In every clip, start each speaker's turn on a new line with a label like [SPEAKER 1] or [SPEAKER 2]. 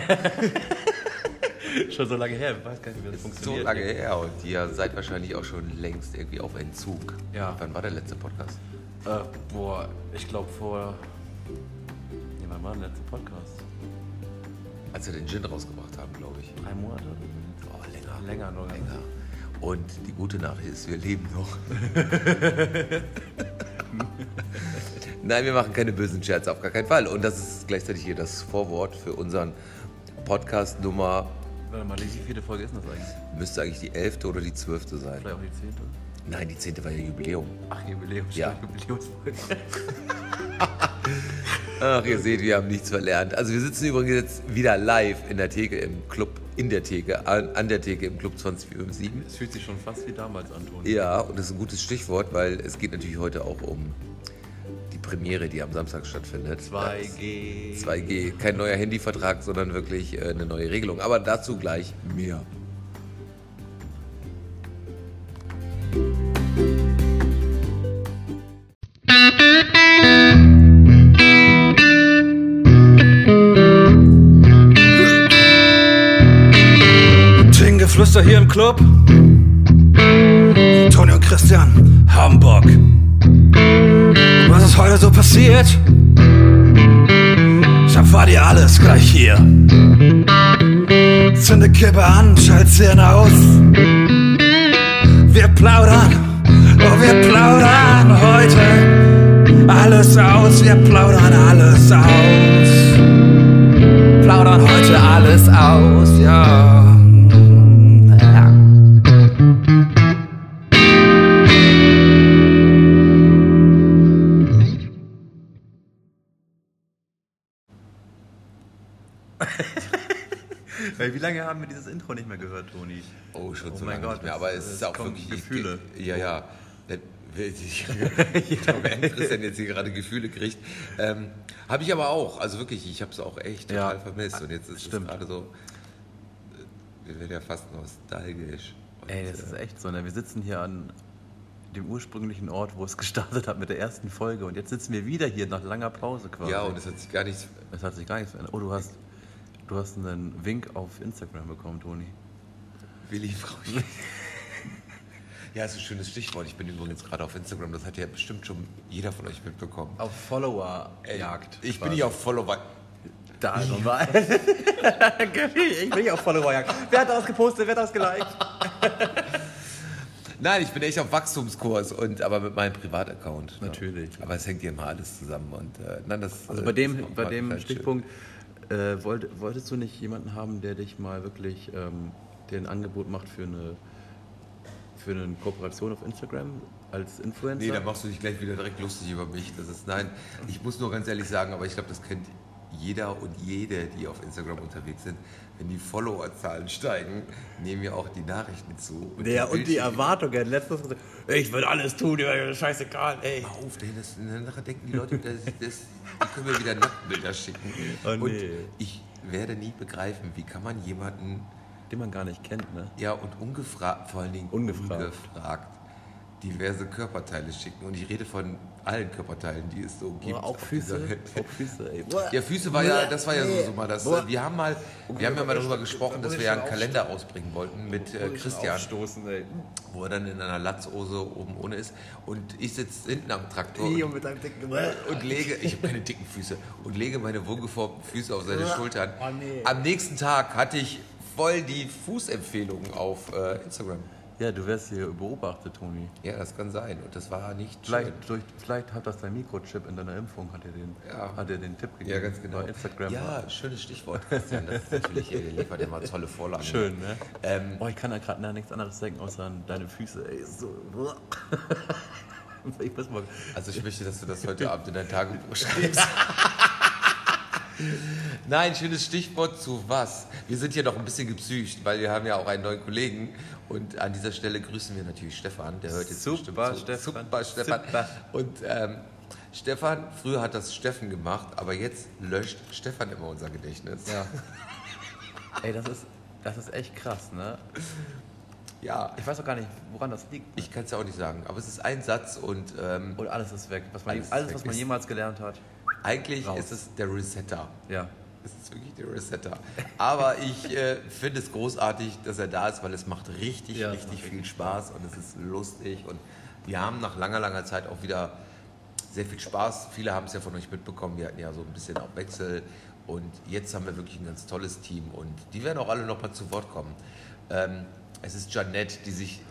[SPEAKER 1] schon so lange her, ich weiß gar nicht, wie das
[SPEAKER 2] So
[SPEAKER 1] funktioniert.
[SPEAKER 2] lange her und ihr seid wahrscheinlich auch schon längst irgendwie auf Entzug.
[SPEAKER 1] Ja.
[SPEAKER 2] Wann war der letzte Podcast?
[SPEAKER 1] Äh, boah, ich glaube vor. Nee, wann war der letzte Podcast?
[SPEAKER 2] Als wir den Gin rausgebracht haben, glaube ich.
[SPEAKER 1] Drei Monate?
[SPEAKER 2] Oh, länger.
[SPEAKER 1] Länger noch.
[SPEAKER 2] Länger. Und die gute Nachricht ist, wir leben noch. Nein, wir machen keine bösen Scherze, auf gar keinen Fall. Und das ist gleichzeitig hier das Vorwort für unseren Podcast Nummer,
[SPEAKER 1] Warte mal, wie viele Folge ist das eigentlich?
[SPEAKER 2] müsste eigentlich die elfte oder die zwölfte sein.
[SPEAKER 1] Vielleicht auch die zehnte?
[SPEAKER 2] Nein, die zehnte war ja Jubiläum.
[SPEAKER 1] Ach, Jubiläum,
[SPEAKER 2] Ja.
[SPEAKER 1] stimmt, Jubiläumsfolge.
[SPEAKER 2] Ach, ihr seht, wir haben nichts verlernt. Also wir sitzen übrigens jetzt wieder live in der Theke im Club, in der Theke, an, an der Theke im Club 2057.
[SPEAKER 1] Es fühlt sich schon fast wie damals an, Toni.
[SPEAKER 2] Ja, und das ist ein gutes Stichwort, weil es geht natürlich heute auch um die Premiere, die am Samstag stattfindet.
[SPEAKER 1] 2G.
[SPEAKER 2] 2G, kein neuer Handyvertrag, sondern wirklich äh, eine neue Regelung. Aber dazu gleich mehr.
[SPEAKER 3] Geflüster hier im Club. Toni und Christian, Hamburg. Was ist heute so passiert? Ich erfahr dir alles gleich hier. Zünde Kippe an, schalt Hirn aus. Wir plaudern, oh wir plaudern heute alles aus. Wir plaudern alles aus. Plaudern heute alles aus, ja. ja.
[SPEAKER 1] Ey, Wie lange haben wir dieses Intro nicht mehr gehört, Toni?
[SPEAKER 2] Oh, schon
[SPEAKER 1] Oh
[SPEAKER 2] so
[SPEAKER 1] mein
[SPEAKER 2] lange
[SPEAKER 1] Gott,
[SPEAKER 2] nicht mehr.
[SPEAKER 1] es-
[SPEAKER 2] Aber es ist
[SPEAKER 1] es
[SPEAKER 2] auch
[SPEAKER 1] kommen
[SPEAKER 2] wirklich...
[SPEAKER 1] Gefühle.
[SPEAKER 2] Ja, ja. Ich glaube, wenn Christian jetzt hier gerade Gefühle kriegt. Ähm, habe ich aber auch. Also wirklich, ich habe es auch echt
[SPEAKER 1] Ja.
[SPEAKER 2] total vermisst. Und jetzt ist
[SPEAKER 1] Stimmt.
[SPEAKER 2] es gerade so... äh, Wir werden ja fast nostalgisch. Und,
[SPEAKER 1] Ey, das
[SPEAKER 2] äh,
[SPEAKER 1] ist echt so. Ne? Wir sitzen hier an dem ursprünglichen Ort, wo es gestartet hat mit der ersten Folge. Und jetzt sitzen wir wieder hier nach langer Pause quasi.
[SPEAKER 2] ja, und es hat sich gar nichts...
[SPEAKER 1] es hat sich gar nichts verändert. Oh, du hast, du hast einen Wink auf Instagram bekommen, Toni.
[SPEAKER 2] Willi Frauchen. Ja, ist ein schönes Stichwort. Ich bin übrigens gerade auf Instagram. Das hat ja bestimmt schon jeder von euch mitbekommen.
[SPEAKER 1] Auf Follower-Jagd.
[SPEAKER 2] Ich bin nicht auf Follower.
[SPEAKER 1] Da nochmal. ich bin nicht auf Follower-Jagd. Wer hat das gepostet? Wer hat das geliked?
[SPEAKER 2] Nein, ich bin echt auf Wachstumskurs und aber mit meinem Privataccount. ne?
[SPEAKER 1] Natürlich.
[SPEAKER 2] Aber es hängt ja immer alles zusammen und äh, nein, das.
[SPEAKER 1] Also
[SPEAKER 2] äh,
[SPEAKER 1] bei
[SPEAKER 2] ist auch
[SPEAKER 1] dem, bei
[SPEAKER 2] mal
[SPEAKER 1] dem
[SPEAKER 2] ganz schön.
[SPEAKER 1] Stichpunkt, äh, wollt, wolltest du nicht jemanden haben, der dich mal wirklich ähm, dir ein Angebot macht für eine, für eine Kooperation auf Instagram als Influencer?
[SPEAKER 2] Nee, da machst du dich gleich wieder direkt lustig über mich. Das ist nein. Ich muss nur ganz ehrlich sagen, aber ich glaube, das kennt jeder und jede, die auf Instagram unterwegs sind. Wenn die Followerzahlen steigen, nehmen ja auch die Nachrichten zu.
[SPEAKER 1] ja, und die
[SPEAKER 2] Bildschirme-
[SPEAKER 1] Erwartungen. Letztens gesagt, ich will alles tun, ja, scheißegal, ey.
[SPEAKER 2] Hör auf, denn das, nachher denken die Leute, das, das, die können mir wieder Nacktbilder schicken.
[SPEAKER 1] Oh,
[SPEAKER 2] Und
[SPEAKER 1] nee.
[SPEAKER 2] ich werde nie begreifen, wie kann man jemanden,
[SPEAKER 1] Den man gar nicht kennt, ne?
[SPEAKER 2] ja und ungefragt, vor allen Dingen
[SPEAKER 1] Ungefragt.
[SPEAKER 2] ungefragt, diverse Körperteile schicken. Und ich rede von allen Körperteilen, die es so gibt.
[SPEAKER 1] Oder auch
[SPEAKER 2] auf dieser
[SPEAKER 1] Füße,
[SPEAKER 2] Welt.
[SPEAKER 1] auch Füße, ey.
[SPEAKER 2] Ja, Füße war ja, das war ja so, so mal das. äh, Wir haben mal, wir haben ja mal darüber gesprochen, dass wir ja einen Kalender ausbringen wollten mit äh, Christian,
[SPEAKER 1] Aufstoßen, ey.
[SPEAKER 2] wo er dann in einer Latzhose oben ohne ist. Und ich sitze hinten am Traktor. und-
[SPEAKER 1] mit einem dicken...
[SPEAKER 2] und lege, ich habe keine dicken Füße, und lege meine wohlgeformten Füße auf seine Schultern.
[SPEAKER 1] Ah,
[SPEAKER 2] Am nächsten Tag hatte ich voll die Fußempfehlungen auf äh, Instagram.
[SPEAKER 1] Ja, du wärst hier beobachtet, Toni.
[SPEAKER 2] Ja, das kann sein. Und das war nicht schön.
[SPEAKER 1] Vielleicht, durch, vielleicht hat das dein Mikrochip in deiner Impfung, hat er den,
[SPEAKER 2] Ja.
[SPEAKER 1] hat er den Tipp gegeben.
[SPEAKER 2] Ja, ganz genau.
[SPEAKER 1] Bei Instagram.
[SPEAKER 2] Ja, schönes Stichwort, Christian. Das ist natürlich, ihr liefert immer tolle Vorlagen.
[SPEAKER 1] Schön, ne?
[SPEAKER 2] Ähm,
[SPEAKER 1] Boah, ich kann da gerade an nichts anderes denken, außer an deine Füße. Ey, ist so. Ich muss mal.
[SPEAKER 2] Also ich möchte, dass du das heute Abend in dein Tagebuch schreibst. Nein, schönes Stichwort zu was. Wir sind hier noch ein bisschen gepsücht, weil wir haben ja auch einen neuen Kollegen. Und an dieser Stelle grüßen wir natürlich Stefan, der hört jetzt
[SPEAKER 1] Super,
[SPEAKER 2] bestimmt zu.
[SPEAKER 1] Stefan.
[SPEAKER 2] Super, Stefan.
[SPEAKER 1] Super.
[SPEAKER 2] Und ähm, Stefan, früher hat das Steffen gemacht, aber jetzt löscht Stefan immer unser Gedächtnis. Ja.
[SPEAKER 1] Ey, das ist, das ist echt krass, ne?
[SPEAKER 2] ja.
[SPEAKER 1] Ich weiß auch gar nicht, woran das liegt.
[SPEAKER 2] Ich kann es ja auch nicht sagen, aber es ist ein Satz und ähm,
[SPEAKER 1] Und alles ist weg. Was man,
[SPEAKER 2] Alles
[SPEAKER 1] alles,
[SPEAKER 2] ist weg.
[SPEAKER 1] was man jemals gelernt hat.
[SPEAKER 2] eigentlich
[SPEAKER 1] Raus.
[SPEAKER 2] ist es der Resetter.
[SPEAKER 1] Ja.
[SPEAKER 2] Es ist wirklich der Resetter. Aber ich äh, finde es großartig, dass er da ist, weil es macht richtig,
[SPEAKER 4] Ja, es macht
[SPEAKER 2] richtig
[SPEAKER 4] wirklich
[SPEAKER 2] viel Spaß und es ist lustig. Und wir haben nach langer, langer Zeit auch wieder sehr viel Spaß. Viele haben es ja von euch mitbekommen. Wir hatten ja so ein bisschen auch Wechsel. Und jetzt haben wir wirklich ein ganz tolles Team. Und die werden auch alle nochmal zu Wort kommen. Ähm, es ist Janette, die sich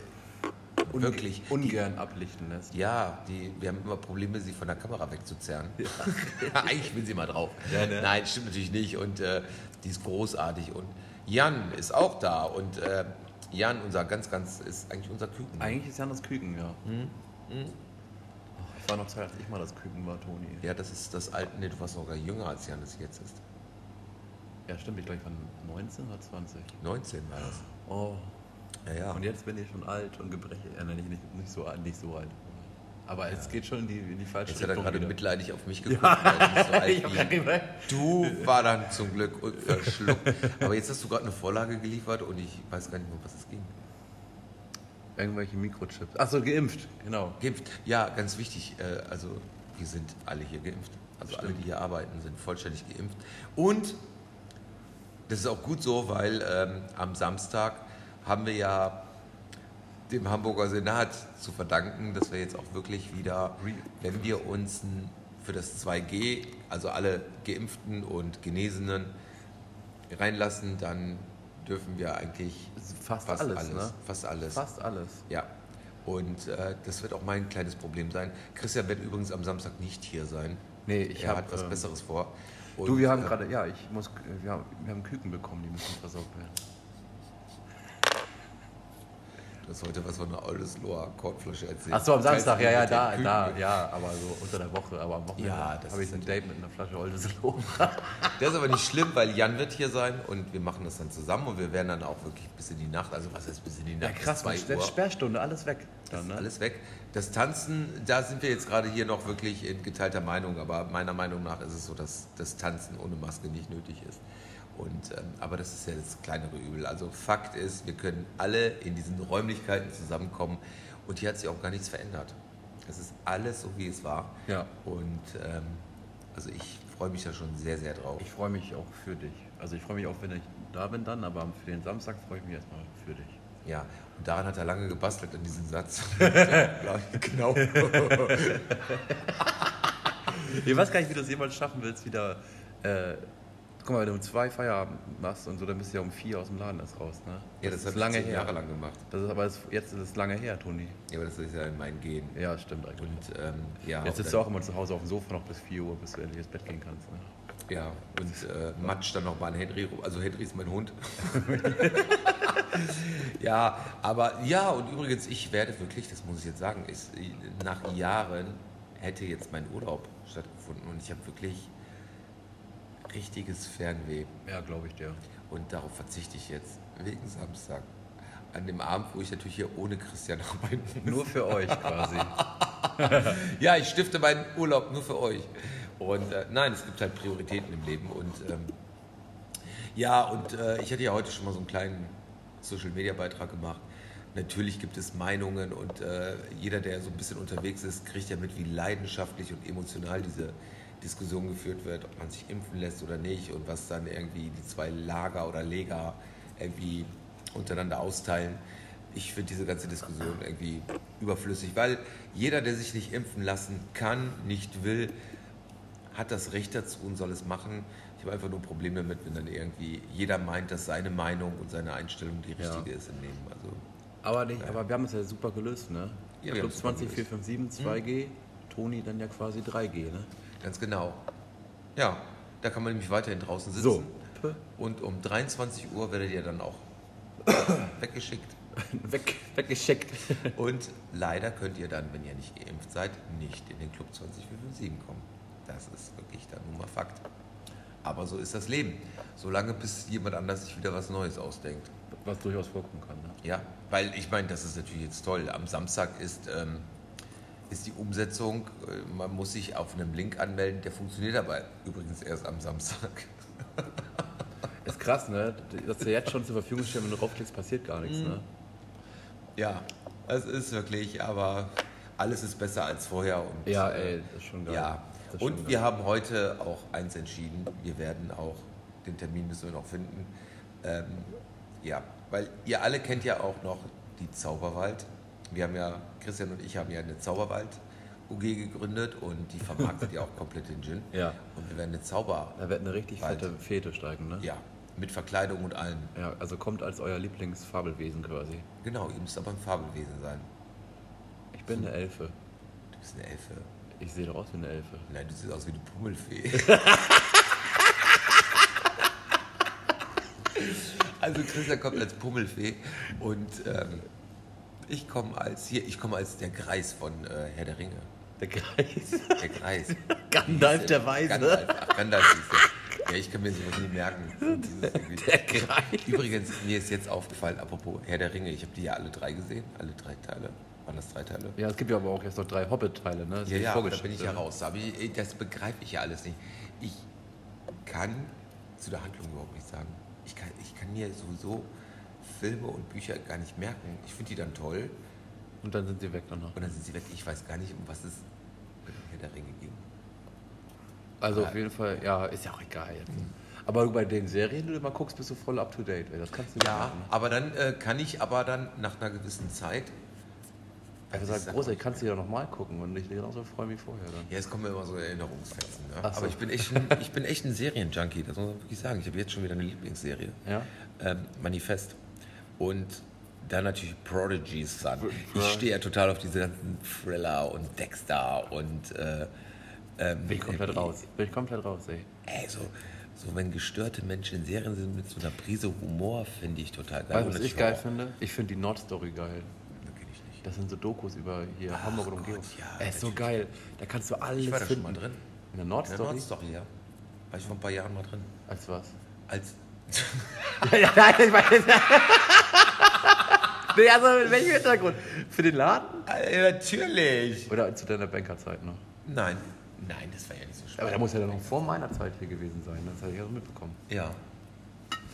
[SPEAKER 2] wirklich
[SPEAKER 4] ungern ablichten lässt.
[SPEAKER 2] ja, die, wir haben immer Probleme, sie von der Kamera wegzuzerren. Eigentlich will sie mal drauf.
[SPEAKER 4] Ja, ne?
[SPEAKER 2] Nein, stimmt natürlich nicht. Und äh, die ist großartig. Und Jan ist auch da. Und äh, Jan, unser ganz, ganz, ist eigentlich unser Küken.
[SPEAKER 4] Eigentlich ist ja das Küken, ja. hm. Ach, Ich war noch Zeit, als ich mal das Küken war, Toni.
[SPEAKER 2] Ja, das ist das alte, nee, du warst sogar jünger als Jan es jetzt ist.
[SPEAKER 4] Ja, stimmt, ich glaube, ich war 19 oder 20.
[SPEAKER 2] 19 war das.
[SPEAKER 4] Oh.
[SPEAKER 2] Ja, ja.
[SPEAKER 4] Und jetzt bin ich schon alt und gebrechlich. Äh, nein, nicht, nicht, so, alt- nicht so alt. Aber es geht schon in die, in die falsche
[SPEAKER 2] Jetzt hat er gerade
[SPEAKER 4] wieder.
[SPEAKER 2] mitleidig auf mich geguckt. weil ich so alt
[SPEAKER 4] ich hab
[SPEAKER 2] bin.
[SPEAKER 4] ja genau. gemerkt.
[SPEAKER 2] Du war dann zum Glück un- verschluckt. Aber jetzt hast du gerade eine Vorlage geliefert und ich weiß gar nicht mehr, um was es ging.
[SPEAKER 4] Irgendwelche Mikrochips. Achso, geimpft, genau.
[SPEAKER 2] Geimpft. Ja, ganz wichtig. äh, Also wir sind alle hier geimpft. Also alle, die hier arbeiten, sind vollständig geimpft. Und das ist auch gut so, weil ähm, am Samstag haben wir ja dem Hamburger Senat zu verdanken, dass wir jetzt auch wirklich wieder, wenn wir uns n- für das 2G, also alle Geimpften und Genesenen reinlassen, dann dürfen wir eigentlich
[SPEAKER 4] Also Fast alles, ne?
[SPEAKER 2] fast alles.
[SPEAKER 4] Fast alles.
[SPEAKER 2] Ja. Und äh, das wird auch mein kleines Problem sein. Christian wird übrigens am Samstag nicht hier sein.
[SPEAKER 4] Nee, ich
[SPEAKER 2] er
[SPEAKER 4] hab,
[SPEAKER 2] hat was
[SPEAKER 4] ähm,
[SPEAKER 2] Besseres vor.
[SPEAKER 4] du,
[SPEAKER 2] Und,
[SPEAKER 4] wir haben
[SPEAKER 2] äh,
[SPEAKER 4] gerade, ja, ich muss, äh, wir haben, wir haben Küken bekommen, die müssen versorgt werden.
[SPEAKER 2] Du hast heute was von einer Oldes Loa Kornflasche erzählt.
[SPEAKER 4] Achso, am Samstag, ja, ja, da,
[SPEAKER 2] Küken.
[SPEAKER 4] da, ja, aber so unter der Woche, aber am Wochenende
[SPEAKER 2] Ja, das
[SPEAKER 4] habe ich
[SPEAKER 2] ist
[SPEAKER 4] ein Date mit einer Flasche Oldesloe.
[SPEAKER 2] Das ist aber nicht schlimm, weil Jan wird hier sein und wir machen das dann zusammen und wir werden dann auch wirklich bis in die Nacht, also was heißt bis in die Nacht? bis 2 Uhr.
[SPEAKER 4] Sperrstunde, alles weg. ne?
[SPEAKER 2] Das ist alles weg. Das Tanzen, da sind wir jetzt gerade hier noch wirklich in geteilter Meinung, aber meiner Meinung nach ist es so, dass das Tanzen ohne Maske nicht nötig ist. Und, ähm, aber das ist ja das kleinere Übel. Also Fakt ist, wir können alle in diesen Räumlichkeiten zusammenkommen und hier hat sich auch gar nichts verändert. Es ist alles so, wie es war.
[SPEAKER 4] Ja.
[SPEAKER 2] Und ähm, also ich freue mich da schon sehr, sehr drauf.
[SPEAKER 4] Ich freue mich auch für dich. Also ich freue mich auch, wenn ich da bin dann, aber für den Samstag freue ich mich erstmal für dich.
[SPEAKER 2] Ja, und daran hat er lange gebastelt an diesem Satz. Glaub ich, genau.
[SPEAKER 4] Ich weiß gar nicht, wie du es jemals schaffen willst, wieder. Äh, guck mal, wenn du um zwei Feierabend machst und so, dann bist du ja um vier aus dem Laden erst raus, ne?
[SPEAKER 2] Ja, das,
[SPEAKER 4] ist
[SPEAKER 2] hat
[SPEAKER 4] lange
[SPEAKER 2] zehn
[SPEAKER 4] her.
[SPEAKER 2] Jahre lang gemacht.
[SPEAKER 4] Das ist aber das, jetzt ist es lange her, Toni.
[SPEAKER 2] Ja, aber das ist ja in mein Gehen.
[SPEAKER 4] Ja, stimmt eigentlich.
[SPEAKER 2] Und ähm, ja,
[SPEAKER 4] Jetzt sitzt du auch immer zu Hause auf dem Sofa noch bis 4 Uhr, bis du endlich ins Bett gehen kannst. Ne?
[SPEAKER 2] ja, und äh, matsch dann nochmal an Henry rum. Also Henry ist mein Hund. ja, aber ja, und übrigens, ich werde wirklich, das muss ich jetzt sagen, ist, nach Jahren hätte jetzt mein Urlaub stattgefunden und ich habe wirklich richtiges Fernweh.
[SPEAKER 4] Ja, glaube ich dir.
[SPEAKER 2] Und darauf verzichte ich jetzt, wegen Samstag. An dem Abend, wo ich natürlich hier ohne Christian arbeiten muss.
[SPEAKER 4] Nur für euch quasi.
[SPEAKER 2] Ja, ich stifte meinen Urlaub nur für euch. Und äh, nein, es gibt halt Prioritäten im Leben. Und ähm, ja, und äh, ich hatte ja heute schon mal so einen kleinen Social-Media-Beitrag gemacht. Natürlich gibt es Meinungen und äh, jeder, der so ein bisschen unterwegs ist, kriegt ja mit, wie leidenschaftlich und emotional diese Diskussion geführt wird, ob man sich impfen lässt oder nicht und was dann irgendwie die zwei Lager oder Lega irgendwie untereinander austeilen. Ich finde diese ganze Diskussion irgendwie überflüssig, weil jeder, der sich nicht impfen lassen kann, nicht will, hat das Recht dazu und soll es machen. Ich habe einfach nur ein Problem damit, wenn dann irgendwie jeder meint, dass seine Meinung und seine Einstellung die richtige ist im Leben. Also
[SPEAKER 4] Aber, nicht, aber wir haben es ja super gelöst, ne?
[SPEAKER 2] Ja, wir haben
[SPEAKER 4] Club
[SPEAKER 2] es super
[SPEAKER 4] 20,
[SPEAKER 2] gelöst.
[SPEAKER 4] 457, 2G, Toni dann ja quasi 3G, ne?
[SPEAKER 2] ganz genau. Ja, da kann man nämlich weiterhin draußen sitzen.
[SPEAKER 4] So.
[SPEAKER 2] Und um 23 Uhr werdet ihr dann auch weggeschickt.
[SPEAKER 4] Weg, weggeschickt.
[SPEAKER 2] Und leider könnt ihr dann, wenn ihr nicht geimpft seid, nicht in den Club 2057 kommen. Das ist wirklich dann nun mal Fakt. Aber so ist das Leben. Solange bis jemand anders sich wieder was Neues ausdenkt.
[SPEAKER 4] Was durchaus vorkommen kann, ne?
[SPEAKER 2] Ja, weil ich meine, das ist natürlich jetzt toll. Am Samstag ist, ähm, ist die Umsetzung, äh, man muss sich auf einem Link anmelden, der funktioniert aber übrigens erst am Samstag.
[SPEAKER 4] Ist krass, ne? Dass der jetzt schon zur Verfügung steht, wenn du draufklickst, passiert gar nichts, ne?
[SPEAKER 2] Mhm. Ja, es ist wirklich, aber alles ist besser als vorher. Und,
[SPEAKER 4] Ja,
[SPEAKER 2] äh,
[SPEAKER 4] ey, das ist schon geil.
[SPEAKER 2] Ja,
[SPEAKER 4] Das ist schon
[SPEAKER 2] und
[SPEAKER 4] geil.
[SPEAKER 2] wir haben heute auch eins entschieden. Wir werden auch den Termin müssen wir noch finden. Ähm, ja, weil ihr alle kennt ja auch noch die Zauberwald. Wir haben ja, Christian und ich haben ja eine Zauberwald UG gegründet und die vermarktet ja auch komplett den Gin.
[SPEAKER 4] Ja.
[SPEAKER 2] Und wir werden eine Zauber,
[SPEAKER 4] Da wird eine richtig
[SPEAKER 2] Wald.
[SPEAKER 4] fette Fete steigen, ne?
[SPEAKER 2] ja, mit Verkleidung und allem.
[SPEAKER 4] Ja, also kommt als euer Lieblingsfabelwesen quasi.
[SPEAKER 2] Genau, ihr müsst aber ein Fabelwesen sein.
[SPEAKER 4] Ich bin eine Elfe.
[SPEAKER 2] Du bist eine Elfe.
[SPEAKER 4] Ich sehe doch aus wie eine Elfe.
[SPEAKER 2] Nein, du siehst aus wie eine Pummelfee. also Christian kommt als Pummelfee und ähm, ich komme als hier, ich komme als der Greis von äh, Herr der Ringe.
[SPEAKER 4] Der Kreis.
[SPEAKER 2] Der Greis.
[SPEAKER 4] Gandalf der
[SPEAKER 2] Gandalf,
[SPEAKER 4] Weise.
[SPEAKER 2] ach, Gandalf ist der. Ja, ich kann mir sowas nie merken. Dieses irgendwie-
[SPEAKER 4] Der Kreis.
[SPEAKER 2] Übrigens, mir ist jetzt aufgefallen, apropos Herr der Ringe, ich habe die ja alle drei gesehen, alle drei Teile. Waren das drei Teile?
[SPEAKER 4] Ja, es gibt ja aber auch jetzt noch drei Hobbit-Teile, ne? Das
[SPEAKER 2] Ja,
[SPEAKER 4] ist
[SPEAKER 2] ja, da
[SPEAKER 4] Vorgeschichte,
[SPEAKER 2] bin ich ja
[SPEAKER 4] ne?
[SPEAKER 2] raus. Aber ich, das begreife ich ja alles nicht. Ich kann zu der Handlung überhaupt nichts sagen. Ich kann, ich kann mir sowieso Filme und Bücher gar nicht merken. Ich finde die dann toll
[SPEAKER 4] Und dann sind sie weg danach.
[SPEAKER 2] und dann sind sie weg. Ich weiß gar nicht, um was es mit dem Herr der Ringe ging.
[SPEAKER 4] Also
[SPEAKER 2] Ah.
[SPEAKER 4] auf jeden Fall, ja, ist ja auch egal jetzt. Aber bei den Serien, die du immer guckst, bist du voll up to date. Ey. Das kannst du
[SPEAKER 2] Ja, aber dann äh, kann ich aber dann nach einer gewissen Zeit.
[SPEAKER 4] Ich
[SPEAKER 2] Das ist
[SPEAKER 4] sagen,
[SPEAKER 2] dann-
[SPEAKER 4] großartig, kannst du dir doch nochmal gucken und ich dich genauso freuen wie vorher dann.
[SPEAKER 2] Ja, es kommen mir immer so Erinnerungsfetzen. Ne?
[SPEAKER 4] Ach so.
[SPEAKER 2] Aber ich bin echt ein, ich bin echt ein Serienjunkie, das muss man wirklich sagen. Ich habe jetzt schon wieder eine Lieblingsserie.
[SPEAKER 4] Ja?
[SPEAKER 2] ähm, Manifest. Und dann natürlich Prodigy Son. Ich stehe ja total auf diese ganzen Thriller und Dexter und äh, ähm,
[SPEAKER 4] Bin ich komplett raus. Bin ich komplett raus, ey.
[SPEAKER 2] Ey, so, so wenn gestörte Menschen in Serien sind mit so einer Prise Humor, finde ich total geil.
[SPEAKER 4] Weißt du, was
[SPEAKER 2] Und
[SPEAKER 4] ich geil finde? Ich finde die Nordstory geil.
[SPEAKER 2] Das kenn ich nicht.
[SPEAKER 4] Das sind so Dokus über hier Hamburg und
[SPEAKER 2] Gott,
[SPEAKER 4] Umgebung.
[SPEAKER 2] ja,
[SPEAKER 4] Ey, ist so geil. Da kannst du alles
[SPEAKER 2] Ich war da schon
[SPEAKER 4] finden.
[SPEAKER 2] mal drin.
[SPEAKER 4] In der
[SPEAKER 2] In der
[SPEAKER 4] Nordstory?
[SPEAKER 2] Nordstory, ja. War ich vor ein paar Jahren mal drin.
[SPEAKER 4] Als was?
[SPEAKER 2] Als
[SPEAKER 4] ja, nein, ich weiß Nee, also mit welchem Hintergrund? Für den Laden?
[SPEAKER 2] Äh, natürlich!
[SPEAKER 4] Oder zu deiner Bankerzeit noch?
[SPEAKER 2] Nein. Nein, das war ja nicht so
[SPEAKER 4] Aber
[SPEAKER 2] spannend.
[SPEAKER 4] da muss ja dann noch vor meiner Zeit hier gewesen sein. Das habe ich ja so mitbekommen.
[SPEAKER 2] Ja.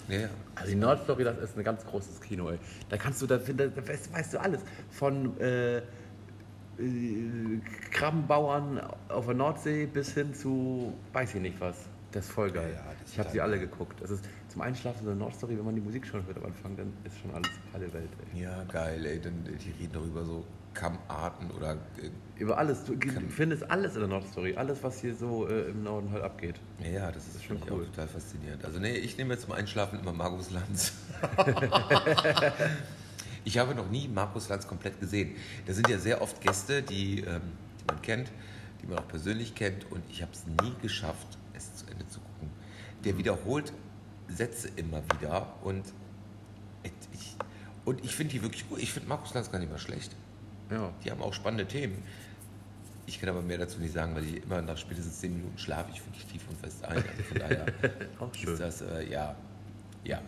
[SPEAKER 2] Ja, ja.
[SPEAKER 4] Also die Nordflorida das ist ein ganz großes Kino, ey. Da kannst du, da, da, da weißt, weißt du alles. Von äh, äh, Krabbenbauern auf der Nordsee bis hin zu weiß ich nicht was. Das ist voll geil.
[SPEAKER 2] Ja, ja, das
[SPEAKER 4] ich habe
[SPEAKER 2] ist
[SPEAKER 4] sie
[SPEAKER 2] geil.
[SPEAKER 4] alle geguckt. Das ist zum Einschlafen so eine Nordstory, wenn man die Musik schon hört am Anfang, dann ist schon alles heile Welt, ey.
[SPEAKER 2] Ja, geil, ey. Dann, die reden doch über so Kammarten oder. Äh,
[SPEAKER 4] Über alles. Du ge- findest alles in der Nordstory. Alles, was hier so äh, im Norden halt abgeht.
[SPEAKER 2] ja, ja, das ist schon
[SPEAKER 4] cool.
[SPEAKER 2] auch total faszinierend. Also, nee, ich nehme jetzt zum Einschlafen immer Markus Lanz. ich habe noch nie Markus Lanz komplett gesehen. Da sind ja sehr oft Gäste, die, ähm, die man kennt, die man auch persönlich kennt. Und ich habe es nie geschafft, es zu Ende zu gucken. Der wiederholt Sätze immer wieder. Und ich, ich- und ich finde die wirklich gut. Ich finde Markus Lanz gar nicht mal schlecht.
[SPEAKER 4] Ja.
[SPEAKER 2] Die haben auch spannende Themen. Ich kann aber mehr dazu nicht sagen, weil ich immer nach spätestens 10 Minuten schlafe ich wirklich tief und fest ein. Also von daher
[SPEAKER 4] Auch schön.
[SPEAKER 2] ist das, äh, ja. Ja.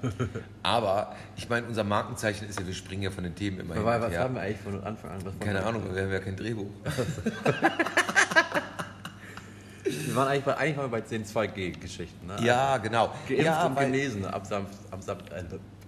[SPEAKER 2] Aber ich meine, unser Markenzeichen ist ja, wir springen ja von den Themen immer
[SPEAKER 4] Aber was
[SPEAKER 2] her.
[SPEAKER 4] haben wir eigentlich von Anfang an? Was wollen
[SPEAKER 2] Keine
[SPEAKER 4] wir-
[SPEAKER 2] Ahnung, wir haben ja kein Drehbuch.
[SPEAKER 4] Wir waren eigentlich bei, eigentlich waren wir bei 10 2G-Geschichten, ne?
[SPEAKER 2] Ja, genau.
[SPEAKER 4] Geimpft
[SPEAKER 2] ja,
[SPEAKER 4] und
[SPEAKER 2] weil,
[SPEAKER 4] genesen ab, Sam ab, Sam äh,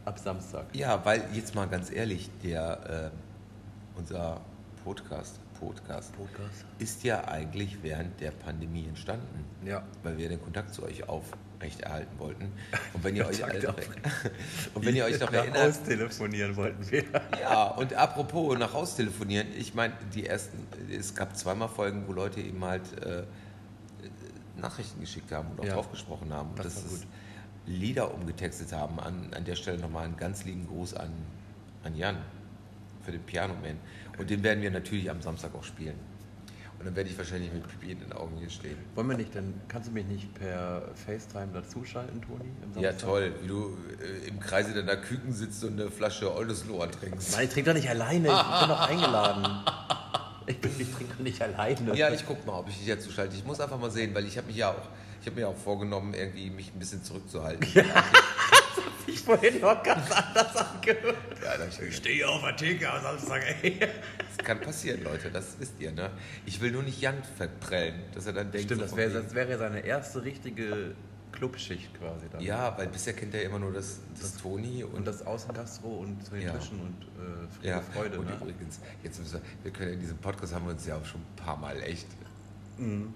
[SPEAKER 4] ab Samstag.
[SPEAKER 2] ja, weil jetzt mal ganz ehrlich, der äh, unser Podcast, Podcast
[SPEAKER 4] Podcast?
[SPEAKER 2] ist ja eigentlich während der Pandemie entstanden. ne?
[SPEAKER 4] Ja.
[SPEAKER 2] weil wir den Kontakt zu euch aufrechterhalten wollten. Und wenn ihr euch,
[SPEAKER 4] Kontakt
[SPEAKER 2] alle- und wenn ihr euch noch erinnert,
[SPEAKER 4] Austelefonieren wollten wir.
[SPEAKER 2] ja, und apropos nach Haus telefonieren, ich meine, die ersten, es gab zweimal Folgen, wo Leute eben halt äh, Nachrichten geschickt haben und auch
[SPEAKER 4] Ja.
[SPEAKER 2] drauf gesprochen haben. Und
[SPEAKER 4] Das
[SPEAKER 2] das,
[SPEAKER 4] war
[SPEAKER 2] ist
[SPEAKER 4] gut.
[SPEAKER 2] Lieder umgetextet haben. An, an der Stelle nochmal einen ganz lieben Gruß an, an Jan für den Piano Man. Und den werden wir natürlich am Samstag auch spielen. Und dann werde ich wahrscheinlich mit Pipi in den Augen hier stehen.
[SPEAKER 4] Wollen wir nicht, dann kannst du mich nicht per FaceTime dazuschalten, Toni? am
[SPEAKER 2] Ja,
[SPEAKER 4] Samstag?
[SPEAKER 2] toll, wie du äh, im Kreise deiner Küken sitzt und eine Flasche Oldeslohr trinkst.
[SPEAKER 4] Nein, ich trinke doch nicht alleine. Ich bin doch eingeladen. Ich, bin, ich trinke doch nicht alleine.
[SPEAKER 2] Ja, ich guck mal, ob ich dich dazu schalte. Ich muss einfach mal sehen, weil ich habe mich ja auch, ich habe mir auch vorgenommen, irgendwie mich ein bisschen zurückzuhalten. Ja,
[SPEAKER 4] ich vorhin noch ganz anders angehört.
[SPEAKER 2] da hab ich gedacht,
[SPEAKER 4] Stehe auf der Theke am Samstag, ey.
[SPEAKER 2] das kann passieren, Leute, das wisst ihr, ne? Ich will nur nicht Jan verprellen, dass er dann denkt,
[SPEAKER 4] Stimmt,
[SPEAKER 2] so
[SPEAKER 4] das
[SPEAKER 2] von
[SPEAKER 4] wäre
[SPEAKER 2] wegen-
[SPEAKER 4] das wäre seine erste richtige Clubschicht quasi dann.
[SPEAKER 2] Ja, weil bisher kennt er immer nur das, das Toni und,
[SPEAKER 4] Und das Außengastro und zu den
[SPEAKER 2] Ja.
[SPEAKER 4] Tischen und äh, Friede,
[SPEAKER 2] ja,
[SPEAKER 4] Freude.
[SPEAKER 2] Und
[SPEAKER 4] ne?
[SPEAKER 2] übrigens, jetzt müssen wir, wir können in diesem Podcast haben wir uns ja auch schon ein paar Mal echt Mhm.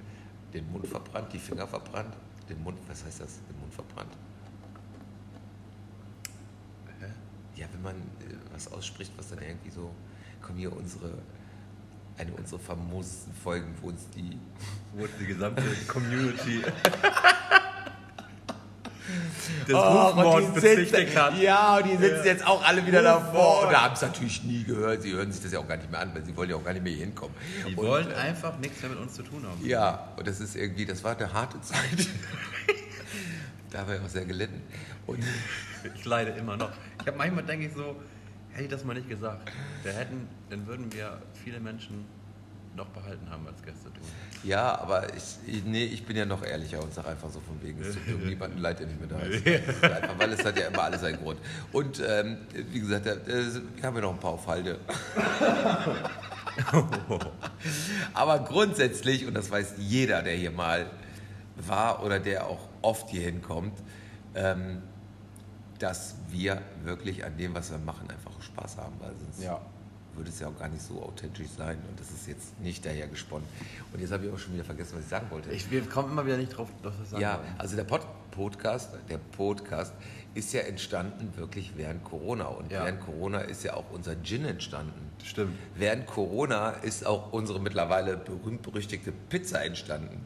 [SPEAKER 2] den Mund verbrannt, die Finger verbrannt, den Mund, was heißt das? Den Mund verbrannt. ja, wenn man äh, was ausspricht, was dann irgendwie so, kommen hier unsere, eine unserer famosesten Folgen, wo uns die,
[SPEAKER 4] Wurde die gesamte Community des
[SPEAKER 2] und
[SPEAKER 4] Rufmords
[SPEAKER 2] die sitzen-
[SPEAKER 4] bezichtigt hat.
[SPEAKER 2] Ah, Ja, und die sitzen jetzt auch alle wieder davor
[SPEAKER 4] Rufmord.
[SPEAKER 2] und haben es natürlich nie gehört. Sie hören sich das ja auch gar nicht mehr an, weil sie wollen ja auch gar nicht mehr hier hinkommen.
[SPEAKER 4] Die
[SPEAKER 2] und,
[SPEAKER 4] wollen einfach nichts mehr mit uns zu tun haben.
[SPEAKER 2] Ja, und das ist irgendwie, das war eine harte Zeit. da haben wir auch sehr gelitten. Und
[SPEAKER 4] Ich leide immer noch. Ich habe manchmal denke ich so, hätte ich das mal nicht gesagt, da hätten, dann würden wir viele Menschen noch behalten haben als Gäste tun.
[SPEAKER 2] ja, aber ich, ich, nee, ich bin ja noch ehrlicher und sage einfach so von wegen, es tut mir niemanden leid, der nicht mehr da ist. Einfach, weil es hat ja immer alles seinen Grund. Und ähm, wie gesagt, da, äh, wir haben ja noch ein paar auf Halde. aber grundsätzlich, und das weiß jeder, der hier mal war oder der auch oft hier hinkommt, ähm, dass wir wirklich an dem, was wir machen, einfach Spaß haben, weil sonst
[SPEAKER 4] Ja.
[SPEAKER 2] würde es ja auch gar nicht so authentisch sein. Und das ist jetzt nicht daher gesponnen. Und jetzt habe ich auch schon wieder vergessen, was ich sagen wollte.
[SPEAKER 4] Ich, wir kommen immer wieder nicht drauf, was wir sagen
[SPEAKER 2] ja,
[SPEAKER 4] wollen.
[SPEAKER 2] also der Pod Podcast, der Podcast ist ja entstanden wirklich während Corona. Und
[SPEAKER 4] Ja.
[SPEAKER 2] während Corona ist ja auch unser Gin entstanden.
[SPEAKER 4] Stimmt.
[SPEAKER 2] Während Corona ist auch unsere mittlerweile berühmt-berüchtigte Pizza entstanden.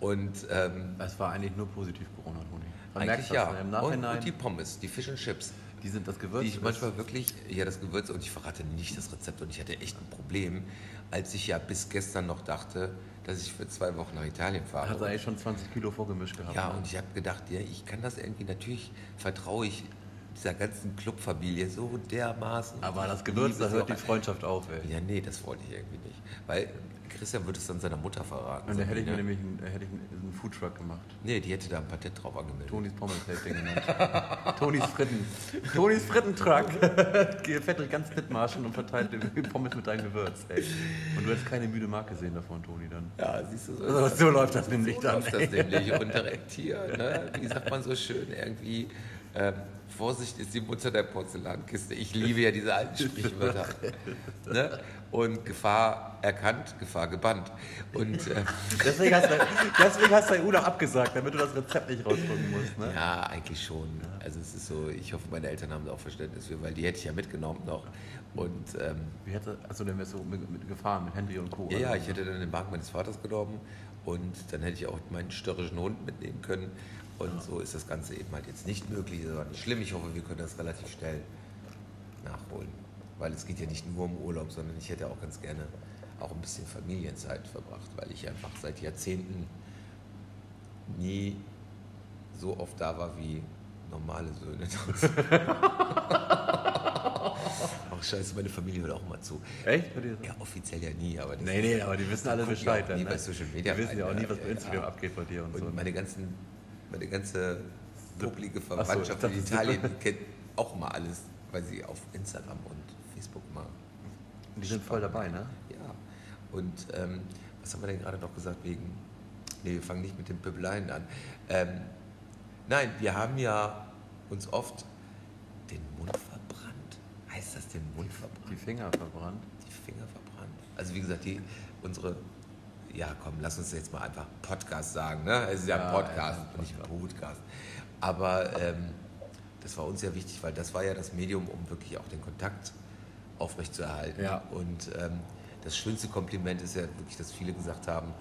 [SPEAKER 2] Und ähm,
[SPEAKER 4] Es war eigentlich nur positiv Corona, Toni. Man
[SPEAKER 2] eigentlich
[SPEAKER 4] merkt das
[SPEAKER 2] ja.
[SPEAKER 4] im
[SPEAKER 2] Und,
[SPEAKER 4] Nachhinein.
[SPEAKER 2] und die Pommes, die Fish and Chips.
[SPEAKER 4] die sind das Gewürz.
[SPEAKER 2] Die ich
[SPEAKER 4] ist-
[SPEAKER 2] manchmal wirklich, ja, das Gewürz und ich verrate nicht das Rezept und ich hatte echt ein Problem, als ich ja bis gestern noch dachte, dass ich für zwei Wochen nach Italien fahre.
[SPEAKER 4] hat er also eigentlich schon 20 Kilo vorgemischt gehabt.
[SPEAKER 2] Ja,
[SPEAKER 4] ne?
[SPEAKER 2] und ich habe gedacht, ja, ich kann das irgendwie, natürlich vertraue ich dieser ganzen Clubfamilie so dermaßen.
[SPEAKER 4] aber das
[SPEAKER 2] Ich
[SPEAKER 4] Gewürz,
[SPEAKER 2] liebe
[SPEAKER 4] da
[SPEAKER 2] sie
[SPEAKER 4] hört
[SPEAKER 2] auch.
[SPEAKER 4] die Freundschaft auf, ey.
[SPEAKER 2] Ja, nee, das wollte ich irgendwie nicht. Weil Christian würde es dann seiner Mutter verraten.
[SPEAKER 4] Und da
[SPEAKER 2] so
[SPEAKER 4] hätte ich
[SPEAKER 2] wie,
[SPEAKER 4] mir
[SPEAKER 2] ne?
[SPEAKER 4] nämlich einen, da hätte ich einen, einen Foodtruck gemacht.
[SPEAKER 2] Nee, die hätte da ein Patent drauf angemeldet.
[SPEAKER 4] Tonis Pommes hätte ich den genannt. Tonis Fritten. Tonis Frittentruck. Fettel ganz Dithmarschen und verteilt die Pommes mit deinem Gewürz, ey. Und du hättest keine müde Marke sehen davon, Toni, dann.
[SPEAKER 2] Ja, siehst du so.
[SPEAKER 4] Also, so läuft das nämlich
[SPEAKER 2] So
[SPEAKER 4] dann.
[SPEAKER 2] läuft das nämlich und direkt hier, ne? wie sagt man so schön, irgendwie, ähm, Vorsicht ist die Mutter der Porzellankiste. Ich liebe ja diese alten Sprichwörter. ne? Und Gefahr erkannt, Gefahr gebannt. Und ähm,
[SPEAKER 4] Deswegen hast, du, deswegen hast du dein Urlaub abgesagt, damit du das Rezept nicht rausdrücken musst, ne?
[SPEAKER 2] ja, eigentlich schon. Also es ist so, ich hoffe, meine Eltern haben da auch Verständnis für, weil die hätte ich ja mitgenommen noch. Und ähm,
[SPEAKER 4] Wie hätte, also dann wärst du mit, mit gefahren, mit Henry und äh, Co. Also,
[SPEAKER 2] Ja, ja,
[SPEAKER 4] oder?
[SPEAKER 2] ich hätte dann den Wagen meines Vaters genommen und dann hätte ich auch meinen störrischen Hund mitnehmen können. Und so ist das Ganze eben halt jetzt nicht möglich. Das war nicht schlimm. Ich hoffe, wir können das relativ schnell nachholen. Weil es geht ja nicht nur um Urlaub, sondern ich hätte auch ganz gerne auch ein bisschen Familienzeit verbracht, weil ich einfach seit Jahrzehnten nie so oft da war wie normale Söhne. Ach scheiße, meine Familie hört auch mal zu.
[SPEAKER 4] Echt? Hört ihr das?
[SPEAKER 2] Ja, offiziell ja nie, aber das
[SPEAKER 4] Nee, nee, aber die wissen alle
[SPEAKER 2] gucken
[SPEAKER 4] Bescheid.
[SPEAKER 2] ja auch
[SPEAKER 4] dann,
[SPEAKER 2] nie
[SPEAKER 4] ne?
[SPEAKER 2] bei Social Media
[SPEAKER 4] Die wissen ja auch
[SPEAKER 2] rein,
[SPEAKER 4] nie,
[SPEAKER 2] ne?
[SPEAKER 4] was bei
[SPEAKER 2] Ja,
[SPEAKER 4] Instagram
[SPEAKER 2] ja.
[SPEAKER 4] abgeht bei dir und, so. ne?
[SPEAKER 2] Und meine, ganzen, meine ganze bucklige
[SPEAKER 4] ich
[SPEAKER 2] Verwandtschaft
[SPEAKER 4] dachte,
[SPEAKER 2] in
[SPEAKER 4] das-
[SPEAKER 2] Italien die kennt auch mal alles, weil sie auf Instagram und Facebook mal.
[SPEAKER 4] Die sind voll dabei, ne?
[SPEAKER 2] Ja. Und ähm, was haben wir denn gerade noch gesagt wegen. Nee, wir fangen nicht mit den Pöbeleien an. Ähm, nein, wir haben ja uns oft den Mund verbrannt. Heißt das den Mund verbrannt?
[SPEAKER 4] Die Finger verbrannt.
[SPEAKER 2] Die Finger verbrannt. Also wie gesagt, die, unsere, ja komm, lass uns jetzt mal einfach Podcast sagen. Ne? Es ist ja,
[SPEAKER 4] Ja,
[SPEAKER 2] ein Podcast,
[SPEAKER 4] ja,
[SPEAKER 2] nicht ein Podcast. Aber ähm, das war uns ja wichtig, weil das war ja das Medium, um wirklich auch den Kontakt aufrechtzuerhalten.
[SPEAKER 4] Ja.
[SPEAKER 2] Und ähm, das schönste Kompliment ist ja wirklich, dass viele gesagt haben,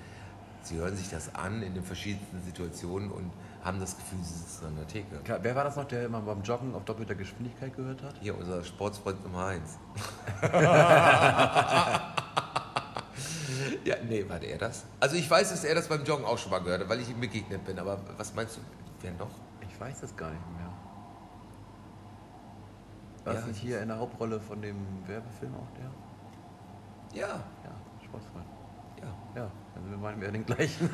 [SPEAKER 2] sie hören sich das an in den verschiedensten Situationen und haben das Gefühl, sie sitzen an der Theke.
[SPEAKER 4] Klar, Wer war das noch, der immer beim Joggen auf doppelter Geschwindigkeit gehört hat?
[SPEAKER 2] Hier, unser Sportsfreund Nummer 1. ja, nee, war der das? Also ich weiß, dass er das beim Joggen auch schon mal gehört hat, weil ich ihm begegnet bin. Aber was meinst du, wer noch?
[SPEAKER 4] Ich weiß es gar nicht mehr. War
[SPEAKER 2] Ja,
[SPEAKER 4] das nicht
[SPEAKER 2] ich-
[SPEAKER 4] hier in der Hauptrolle von dem Werbefilm auch der?
[SPEAKER 2] Ja,
[SPEAKER 4] Ja, Sportfreund.
[SPEAKER 2] ja.
[SPEAKER 4] Ja, also wir meinen wir den gleichen.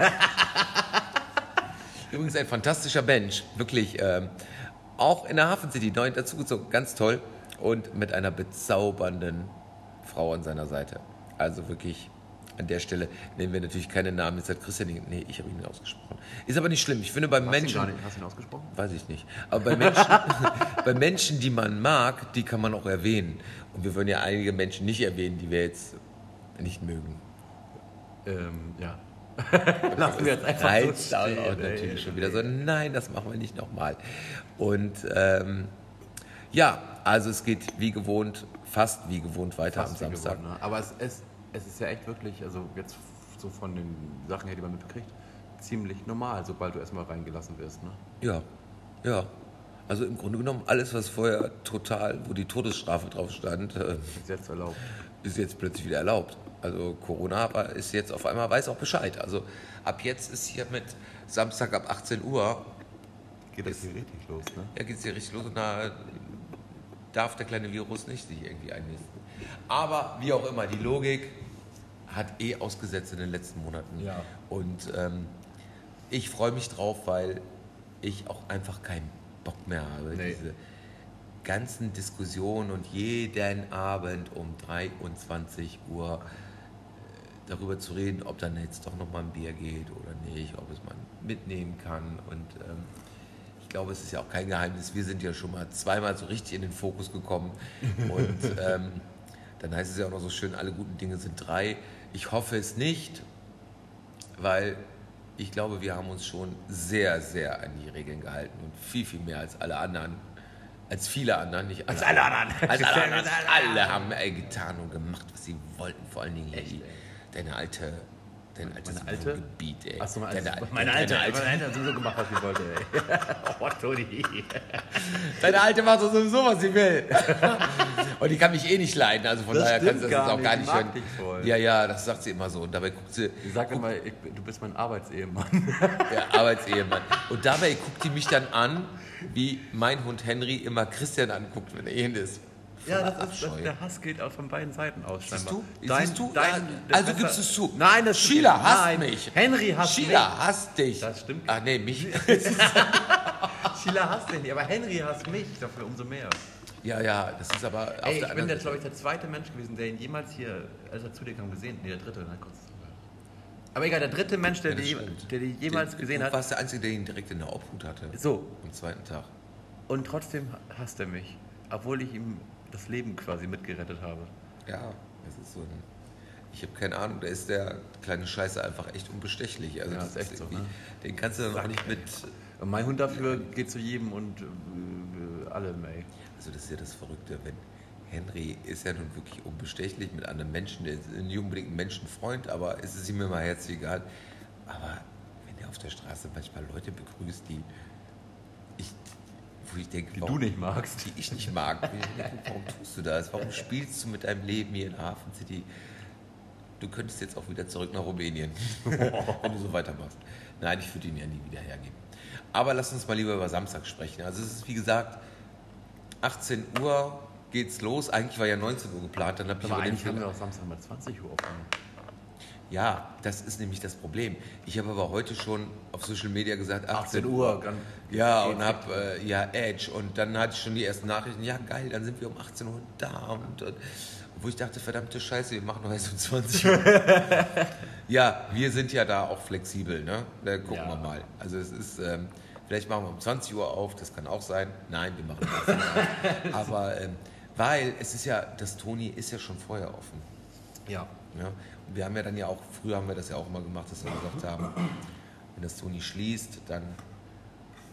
[SPEAKER 2] Übrigens ein fantastischer Bench, wirklich. Ähm, auch in der Hafen City, neu dazugezogen, ganz toll. Und mit einer bezaubernden Frau an seiner Seite. Also wirklich, an der Stelle nehmen wir natürlich keine Namen. Jetzt hat Christian, ihn- nee, ich habe ihn ausgesprochen. Ist aber nicht schlimm. Ich finde, bei
[SPEAKER 4] Hast du
[SPEAKER 2] Menschen,
[SPEAKER 4] ihn gar nicht- Hast du ihn ausgesprochen?
[SPEAKER 2] Weiß ich nicht. Aber bei Menschen, bei Menschen, die man mag, die kann man auch erwähnen. Und wir würden ja einige Menschen nicht erwähnen, die wir jetzt nicht mögen.
[SPEAKER 4] Ähm, ja. Lassen wir jetzt einfach
[SPEAKER 2] Nein,
[SPEAKER 4] so
[SPEAKER 2] da
[SPEAKER 4] stehen,
[SPEAKER 2] auch
[SPEAKER 4] ey.
[SPEAKER 2] natürlich schon wieder so, nein, das machen wir nicht nochmal. Und ähm, ja, Also es geht wie gewohnt, fast wie gewohnt weiter
[SPEAKER 4] Fast wie
[SPEAKER 2] am Samstag.
[SPEAKER 4] gewonnen, ne? Aber es, es, es ist ja echt wirklich, also jetzt so von den Sachen her, die man mitbekriegt, ziemlich normal, sobald du erstmal reingelassen wirst. Ne?
[SPEAKER 2] Ja, ja. Also im Grunde genommen alles, was vorher total, wo die Todesstrafe drauf stand, äh,
[SPEAKER 4] Ist jetzt erlaubt.
[SPEAKER 2] ist jetzt plötzlich wieder erlaubt. Also Corona aber ist jetzt auf einmal, weiß auch Bescheid. Also ab jetzt ist hier mit Samstag ab 18 Uhr,
[SPEAKER 4] Geht das hier richtig los, ne?
[SPEAKER 2] da geht es hier richtig los und da darf der kleine Virus nicht sich irgendwie einnisten. Aber wie auch immer, die Logik hat eh ausgesetzt in den letzten Monaten.
[SPEAKER 4] Ja.
[SPEAKER 2] Und ähm, ich freue mich drauf, weil ich auch einfach keinen Bock mehr habe.
[SPEAKER 4] Nee.
[SPEAKER 2] Diese ganzen Diskussionen und jeden Abend um 23 Uhr äh, darüber zu reden, ob dann jetzt doch nochmal ein Bier geht oder nicht, ob es man mitnehmen kann. Und ähm, ich glaube, es ist ja auch kein Geheimnis. Wir sind ja schon mal zweimal so richtig in den Fokus gekommen. Und ähm, dann heißt es ja auch noch so schön, alle guten Dinge sind drei. Ich hoffe es nicht, weil ich glaube, wir haben uns schon sehr, sehr an die Regeln gehalten und viel, viel mehr als alle anderen. Als viele anderen, nicht alle. Als alle anderen. Als alle anderen. Alle haben äh, getan und gemacht, was sie wollten. Vor allen Dingen die, deine alte, dein altes
[SPEAKER 4] meine alte?
[SPEAKER 2] Gebiet, ey.
[SPEAKER 4] Achso, meine
[SPEAKER 2] Deine
[SPEAKER 4] Alte.
[SPEAKER 2] al-
[SPEAKER 4] Meine
[SPEAKER 2] deine
[SPEAKER 4] Alte, meine Alte hat sowieso gemacht, was sie wollte, ey. Oh, Toni.
[SPEAKER 2] Deine Alte macht doch sowieso, was sie will. Und die kann mich eh nicht leiden, also von
[SPEAKER 4] Das
[SPEAKER 2] daher
[SPEAKER 4] stimmt
[SPEAKER 2] kannst du das
[SPEAKER 4] gar
[SPEAKER 2] jetzt auch
[SPEAKER 4] nicht,
[SPEAKER 2] gar
[SPEAKER 4] die
[SPEAKER 2] nicht
[SPEAKER 4] mag
[SPEAKER 2] hören.
[SPEAKER 4] dich voll.
[SPEAKER 2] Ja, ja, das sagt sie immer so. Und dabei guckt sie,
[SPEAKER 4] Sie sagt immer, ich, bin- du bist mein Arbeitsehemann.
[SPEAKER 2] der Arbeitsehemann. Und dabei guckt die mich dann an, wie mein Hund Henry immer Christian anguckt, wenn er ihn ist. Voller Abscheu.
[SPEAKER 4] der Hass geht auch von beiden Seiten aus.
[SPEAKER 2] Siehst
[SPEAKER 4] scheinbar.
[SPEAKER 2] du? Siehst du? Ja,
[SPEAKER 4] das
[SPEAKER 2] also
[SPEAKER 4] Messer-
[SPEAKER 2] gibst du es zu.
[SPEAKER 4] Nein, das
[SPEAKER 2] Sheila hasst
[SPEAKER 4] nein.
[SPEAKER 2] mich.
[SPEAKER 4] Henry hasst
[SPEAKER 2] Sheila hasst dich.
[SPEAKER 4] Das stimmt.
[SPEAKER 2] Ach nee, mich.
[SPEAKER 4] mich. Sheila hasst dich nicht, aber Henry hasst mich dafür umso mehr.
[SPEAKER 2] Ja, ja, das ist aber auf
[SPEAKER 4] Ey,
[SPEAKER 2] der
[SPEAKER 4] ich bin
[SPEAKER 2] anderen
[SPEAKER 4] jetzt,
[SPEAKER 2] Seite.
[SPEAKER 4] glaube ich, der zweite Mensch gewesen, der ihn jemals hier, als er zu dir kam, gesehen hat. Nee, der dritte, na kurz. Aber egal, der dritte Mensch, der,
[SPEAKER 2] Ja, das
[SPEAKER 4] die,
[SPEAKER 2] stimmt.
[SPEAKER 4] der die jemals
[SPEAKER 2] Den-
[SPEAKER 4] gesehen
[SPEAKER 2] du
[SPEAKER 4] hat.
[SPEAKER 2] warst der Einzige, der ihn direkt in der Obhut hatte.
[SPEAKER 4] So,
[SPEAKER 2] Am zweiten Tag.
[SPEAKER 4] und trotzdem hasst er mich. Obwohl ich ihm das Leben quasi mitgerettet habe.
[SPEAKER 2] Ja, das ist so ein. Ich habe keine Ahnung, da ist der kleine Scheiße einfach echt unbestechlich. Also
[SPEAKER 4] Ja,
[SPEAKER 2] das
[SPEAKER 4] ist echt so,
[SPEAKER 2] irgendwie-
[SPEAKER 4] ne?
[SPEAKER 2] Den kannst du dann auch nicht mit.
[SPEAKER 4] Und mein Hund dafür geht zu jedem und äh, allem, ey.
[SPEAKER 2] Also das ist ja das Verrückte, wenn Henry ist ja nun wirklich unbestechlich mit anderen Menschen, der ist nicht unbedingt ein Menschenfreund, aber es ist ihm immer herzlich egal. Aber wenn er auf der Straße manchmal Leute begrüßt, die ich, wo ich denke,
[SPEAKER 4] Die
[SPEAKER 2] warum-
[SPEAKER 4] du nicht magst.
[SPEAKER 2] die ich nicht mag. Wo ich mir denke, Warum tust du das? Warum spielst du mit deinem Leben hier in Hafen City? Du könntest jetzt auch wieder zurück nach Rumänien, wenn du so weitermachst. Nein, ich würde ihn ja nie wieder hergeben. Aber lass uns mal lieber über Samstag sprechen. Also es ist wie gesagt 18 Uhr geht's los. Eigentlich war ja 19 Uhr geplant, dann habe ich
[SPEAKER 4] Aber
[SPEAKER 2] aber den
[SPEAKER 4] eigentlich haben
[SPEAKER 2] Fehler-
[SPEAKER 4] wir auch Samstag mal 20 Uhr aufgenommen.
[SPEAKER 2] Ja, das ist nämlich das Problem. Ich habe aber heute schon auf Social Media gesagt 18,
[SPEAKER 4] ganz.
[SPEAKER 2] Ja, und hab äh, ja Edge und dann hatte ich schon die ersten Nachrichten, ja geil, dann sind wir um 18 Uhr da und, und wo ich dachte, verdammte Scheiße, wir machen doch erst um 20 Uhr. ja, wir sind ja da auch flexibel, ne? Da gucken
[SPEAKER 4] Ja.
[SPEAKER 2] wir mal. Also es ist ähm, vielleicht machen wir um 20 Uhr auf, das kann auch sein. Nein, wir machen um 18 Uhr. auf. Aber ähm, weil es ist ja, das Toni ist ja schon vorher offen.
[SPEAKER 4] Ja.
[SPEAKER 2] Ja? Und wir haben ja dann ja auch, früher haben wir das ja auch immer gemacht, dass wir gesagt haben, wenn das Toni schließt, dann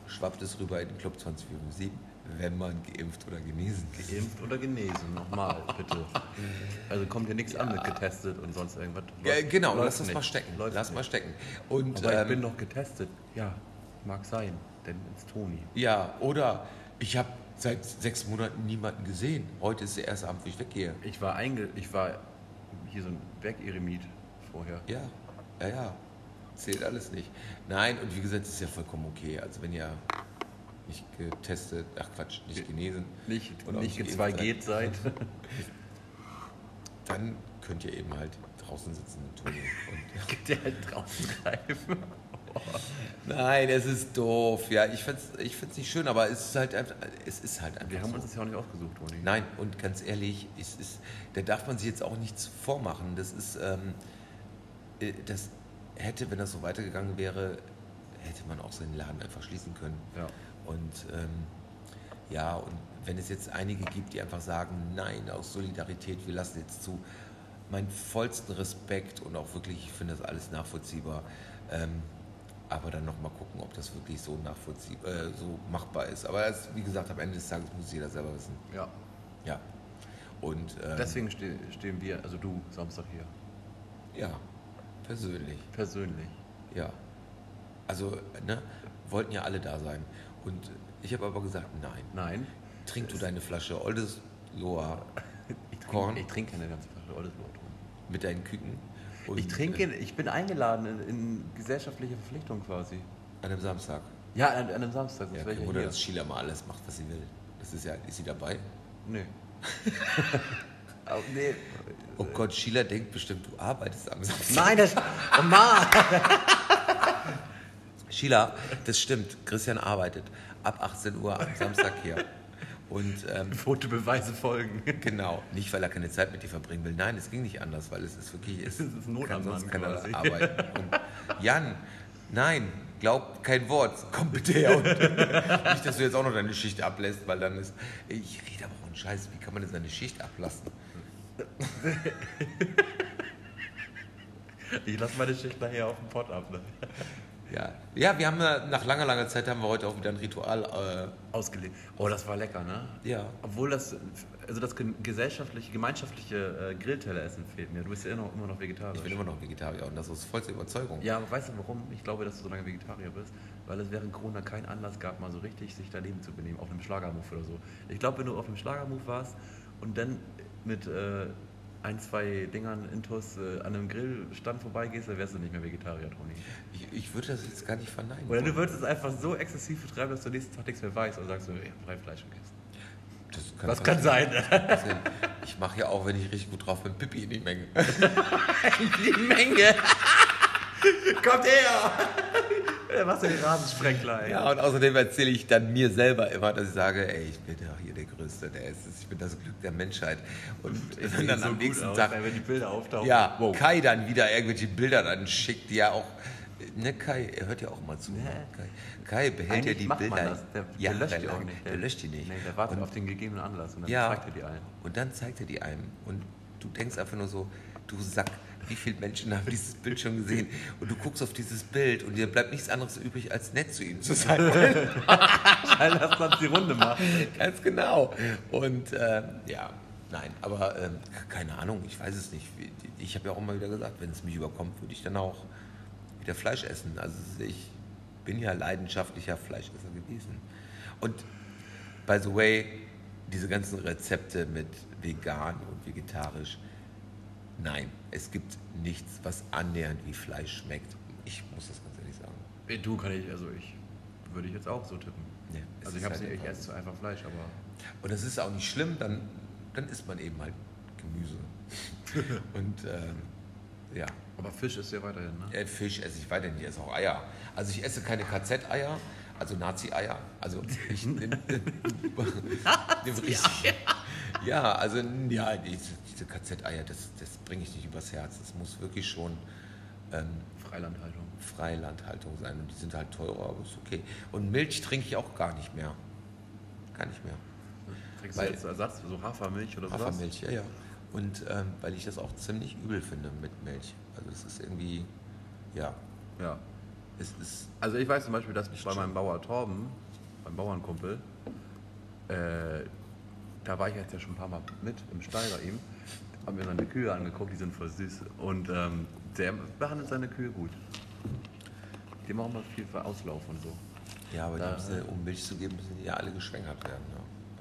[SPEAKER 2] schwappt es rüber in den Club 2047, wenn man geimpft oder genesen ist.
[SPEAKER 4] Geimpft oder genesen, nochmal, bitte. Also kommt hier nichts an mit getestet und sonst irgendwas.
[SPEAKER 2] Ja,
[SPEAKER 4] Läuft-
[SPEAKER 2] genau,
[SPEAKER 4] läuft
[SPEAKER 2] lass das
[SPEAKER 4] nicht.
[SPEAKER 2] mal stecken.
[SPEAKER 4] Läuft
[SPEAKER 2] lass
[SPEAKER 4] nicht.
[SPEAKER 2] mal stecken. Und
[SPEAKER 4] Aber
[SPEAKER 2] ähm,
[SPEAKER 4] ich bin doch getestet. Ja, mag sein, denn ist Toni.
[SPEAKER 2] ja, oder ich habe seit sechs Monaten niemanden gesehen. Heute ist der erste Abend, wo ich weggehe.
[SPEAKER 4] Ich war einge ich war hier so ein Bergeremit vorher.
[SPEAKER 2] Ja, ja, ja. Zählt alles nicht. Nein, und wie gesagt, ist ja vollkommen okay. Also wenn ihr nicht getestet, ach Quatsch, nicht genesen,
[SPEAKER 4] Nicht,
[SPEAKER 2] Oder
[SPEAKER 4] nicht
[SPEAKER 2] nicht
[SPEAKER 4] gezwei
[SPEAKER 2] geimpft
[SPEAKER 4] geht seid.
[SPEAKER 2] dann könnt ihr eben halt draußen sitzen und tun. Und
[SPEAKER 4] Der halt draußen greifen.
[SPEAKER 2] Nein, es ist doof. Ja, ich find's, ich find's nicht schön, aber es ist halt einfach, es ist halt einfach
[SPEAKER 4] Wir haben
[SPEAKER 2] so.
[SPEAKER 4] uns das ja auch nicht ausgesucht, Toni.
[SPEAKER 2] Nein, und ganz ehrlich, es ist, da darf man sich jetzt auch nichts vormachen. Das ist, ähm, äh, das hätte, wenn das so weitergegangen wäre, hätte man auch seinen Laden einfach schließen können.
[SPEAKER 4] Ja.
[SPEAKER 2] Und ähm, ja, und wenn es jetzt einige gibt, die einfach sagen, nein, aus Solidarität, wir lassen jetzt zu, meinen vollsten Respekt und auch wirklich, ich finde das alles nachvollziehbar. Ähm, aber dann nochmal gucken, ob das wirklich so nachvollziehbar, äh, so machbar ist. Aber das, wie gesagt, am Ende des Tages muss jeder selber wissen.
[SPEAKER 4] Ja.
[SPEAKER 2] Ja. Und ähm,
[SPEAKER 4] Deswegen ste stehen wir, also du, Samstag hier.
[SPEAKER 2] ja, persönlich.
[SPEAKER 4] Persönlich.
[SPEAKER 2] Ja. Also, ne, wollten ja alle da sein. Und ich habe aber gesagt, nein.
[SPEAKER 4] Nein.
[SPEAKER 2] Trink du deine Flasche Oldes Loa
[SPEAKER 4] Ich trinke,
[SPEAKER 2] Korn.
[SPEAKER 4] Ich trinke keine ganze Flasche Oldes Lotum.
[SPEAKER 2] mit deinen Küken. Und, äh,
[SPEAKER 4] Ich trinke, ich bin eingeladen in, in gesellschaftliche Verpflichtung quasi.
[SPEAKER 2] Äh, an einem Samstag.
[SPEAKER 4] Ja, an, an einem Samstag, sonst
[SPEAKER 2] Ja,
[SPEAKER 4] wäre ich
[SPEAKER 2] kein
[SPEAKER 4] ja
[SPEAKER 2] Wunder,
[SPEAKER 4] hier. Äh.
[SPEAKER 2] dass Sheila mal alles macht, was sie will. Das ist ja, ist sie dabei?
[SPEAKER 4] Nee. Aber nee.
[SPEAKER 2] Oh Gott, Sheila denkt bestimmt, du arbeitest am Samstag.
[SPEAKER 4] Nein, das. Oh Mann!
[SPEAKER 2] Sheila, das stimmt. Christian arbeitet ab 18 Uhr am Samstag hier. Und ähm,
[SPEAKER 4] Fotobeweise folgen.
[SPEAKER 2] Genau, nicht weil er keine Zeit mit dir verbringen will. Nein, es ging nicht anders, weil es ist wirklich. Es,
[SPEAKER 4] Es ist Not
[SPEAKER 2] kann
[SPEAKER 4] am
[SPEAKER 2] sonst
[SPEAKER 4] Mann
[SPEAKER 2] keiner
[SPEAKER 4] quasi.
[SPEAKER 2] arbeiten. Und Jan, nein, glaub kein Wort. Komm bitte her. Und nicht, dass du jetzt auch noch deine Schicht ablässt, weil dann ist. Ich rede aber auch einen Scheiß. Wie kann man denn seine Schicht ablassen?
[SPEAKER 4] Ich lasse meine Schicht nachher auf den Pott ab. Ne?
[SPEAKER 2] Ja, ja wir haben ja nach langer, langer Zeit haben wir heute auch wieder ein Ritual.
[SPEAKER 4] Ausgelegt. Oh, das war lecker, ne?
[SPEAKER 2] Äh, ja.
[SPEAKER 4] Obwohl das, also das ge- gesellschaftliche, gemeinschaftliche äh, Grilltelleressen fehlt mir. Du bist ja immer noch, immer noch Vegetarier.
[SPEAKER 2] Ich bin immer noch Vegetarier und das aus vollster Überzeugung.
[SPEAKER 4] ja, aber weißt du warum? Ich glaube, dass du so lange Vegetarier bist, weil es während Corona keinen Anlass gab, mal so richtig sich daneben zu benehmen, auf einem Schlagermove oder so. Ich glaube, wenn du auf einem Schlagermove warst und dann mit äh, ein, zwei Dingern Intus äh, an einem Grillstand vorbeigehst, dann wärst du nicht mehr Vegetarier, Toni.
[SPEAKER 2] Ich, ich würde das jetzt gar nicht verneinen.
[SPEAKER 4] Oder du würdest es einfach so exzessiv betreiben, dass du nächsten Tag nichts mehr weißt und sagst so, ich habe Fleisch gegessen.
[SPEAKER 2] Das
[SPEAKER 4] Das kann sein.
[SPEAKER 2] passieren. Ich mache ja auch, wenn ich richtig gut drauf bin, Pipi in die Menge.
[SPEAKER 4] Die Menge. Kommt her! Dann machst du den Rasensprenkler, ey.
[SPEAKER 2] Ja, und außerdem erzähle ich dann mir selber immer, dass ich sage, ey, ich bin doch hier der Größte, der ist es, ich bin das Glück der Menschheit. Und
[SPEAKER 4] Ich
[SPEAKER 2] wenn
[SPEAKER 4] sehe
[SPEAKER 2] dann
[SPEAKER 4] so
[SPEAKER 2] am
[SPEAKER 4] gut
[SPEAKER 2] nächsten
[SPEAKER 4] aus,
[SPEAKER 2] Tag,
[SPEAKER 4] ey, wenn die Bilder auftauchen.
[SPEAKER 2] ja,
[SPEAKER 4] Wow.
[SPEAKER 2] Kai dann wieder irgendwelche Bilder dann schickt, die ja auch, ne, Kai, er hört ja auch mal zu. ne? Kai, Kai behält ja
[SPEAKER 4] Eigentlich
[SPEAKER 2] die
[SPEAKER 4] macht
[SPEAKER 2] Bilder.
[SPEAKER 4] man das. Der, der löscht die auch
[SPEAKER 2] jahrelang.
[SPEAKER 4] nicht.
[SPEAKER 2] Der löscht die nicht.
[SPEAKER 4] Nee, der wartet auf den gegebenen Anlass und dann
[SPEAKER 2] Ja.
[SPEAKER 4] zeigt er die allen.
[SPEAKER 2] Und dann zeigt er die einem. Und du denkst einfach nur so, du Sack, wie viele Menschen haben dieses Bild schon gesehen? Und du guckst auf dieses Bild und dir bleibt nichts anderes übrig, als nett zu ihm zu sein.
[SPEAKER 4] Alter, lass uns die Runde machen.
[SPEAKER 2] Ganz genau. Und äh, ja, nein, aber ähm, keine Ahnung, ich weiß es nicht. Ich habe ja auch mal wieder gesagt, wenn es mich überkommt, würde ich dann auch wieder Fleisch essen. Also ich bin ja leidenschaftlicher Fleischesser gewesen. Und by the way, diese ganzen Rezepte mit vegan und vegetarisch, nein, es gibt nichts, was annähernd wie Fleisch schmeckt. Ich muss das ganz ehrlich sagen.
[SPEAKER 4] Ey, Du kann ich, also ich würde ich jetzt auch so tippen.
[SPEAKER 2] Nee, es
[SPEAKER 4] also ich,
[SPEAKER 2] ist
[SPEAKER 4] hab's
[SPEAKER 2] halt
[SPEAKER 4] nicht, ich
[SPEAKER 2] einfach
[SPEAKER 4] esse einfach Fleisch, aber.
[SPEAKER 2] Und das ist auch nicht schlimm, dann, dann isst man eben halt Gemüse. Und ähm, ja,
[SPEAKER 4] Aber Fisch ist ja weiterhin, ne?
[SPEAKER 2] Äh, Fisch esse ich weiterhin, ich esse auch Eier. Also ich esse keine KZ-Eier, also Nazi-Eier. Also ich nehme richtig. Ja, also ja, diese, diese KZ-Eier, das, das bringe ich nicht übers Herz. Das muss wirklich schon ähm,
[SPEAKER 4] Freilandhaltung.
[SPEAKER 2] Freilandhaltung sein. Und die sind halt teurer, aber ist okay. Und Milch trinke ich auch gar nicht mehr. Gar nicht mehr.
[SPEAKER 4] Kriegst du
[SPEAKER 2] Weil-
[SPEAKER 4] jetzt Ersatz, so Hafermilch oder sowas?
[SPEAKER 2] Hafermilch, ja, ja. Und ähm, weil ich das auch ziemlich übel finde mit Milch. Also es ist irgendwie, ja,
[SPEAKER 4] Ja.
[SPEAKER 2] es ist,
[SPEAKER 4] Also ich weiß zum Beispiel, dass bei meinem Bauer Torben, meinem Bauernkumpel, äh, da war ich jetzt ja schon ein paar Mal mit im Stall bei ihm, haben mir seine Kühe angeguckt, die sind voll süß. Und ähm, der behandelt seine Kühe gut. Die machen mal viel für Auslauf und so.
[SPEAKER 2] ja, aber die
[SPEAKER 4] Da-
[SPEAKER 2] müssen, um Milch zu geben, müssen die ja alle geschwängert werden. Ne?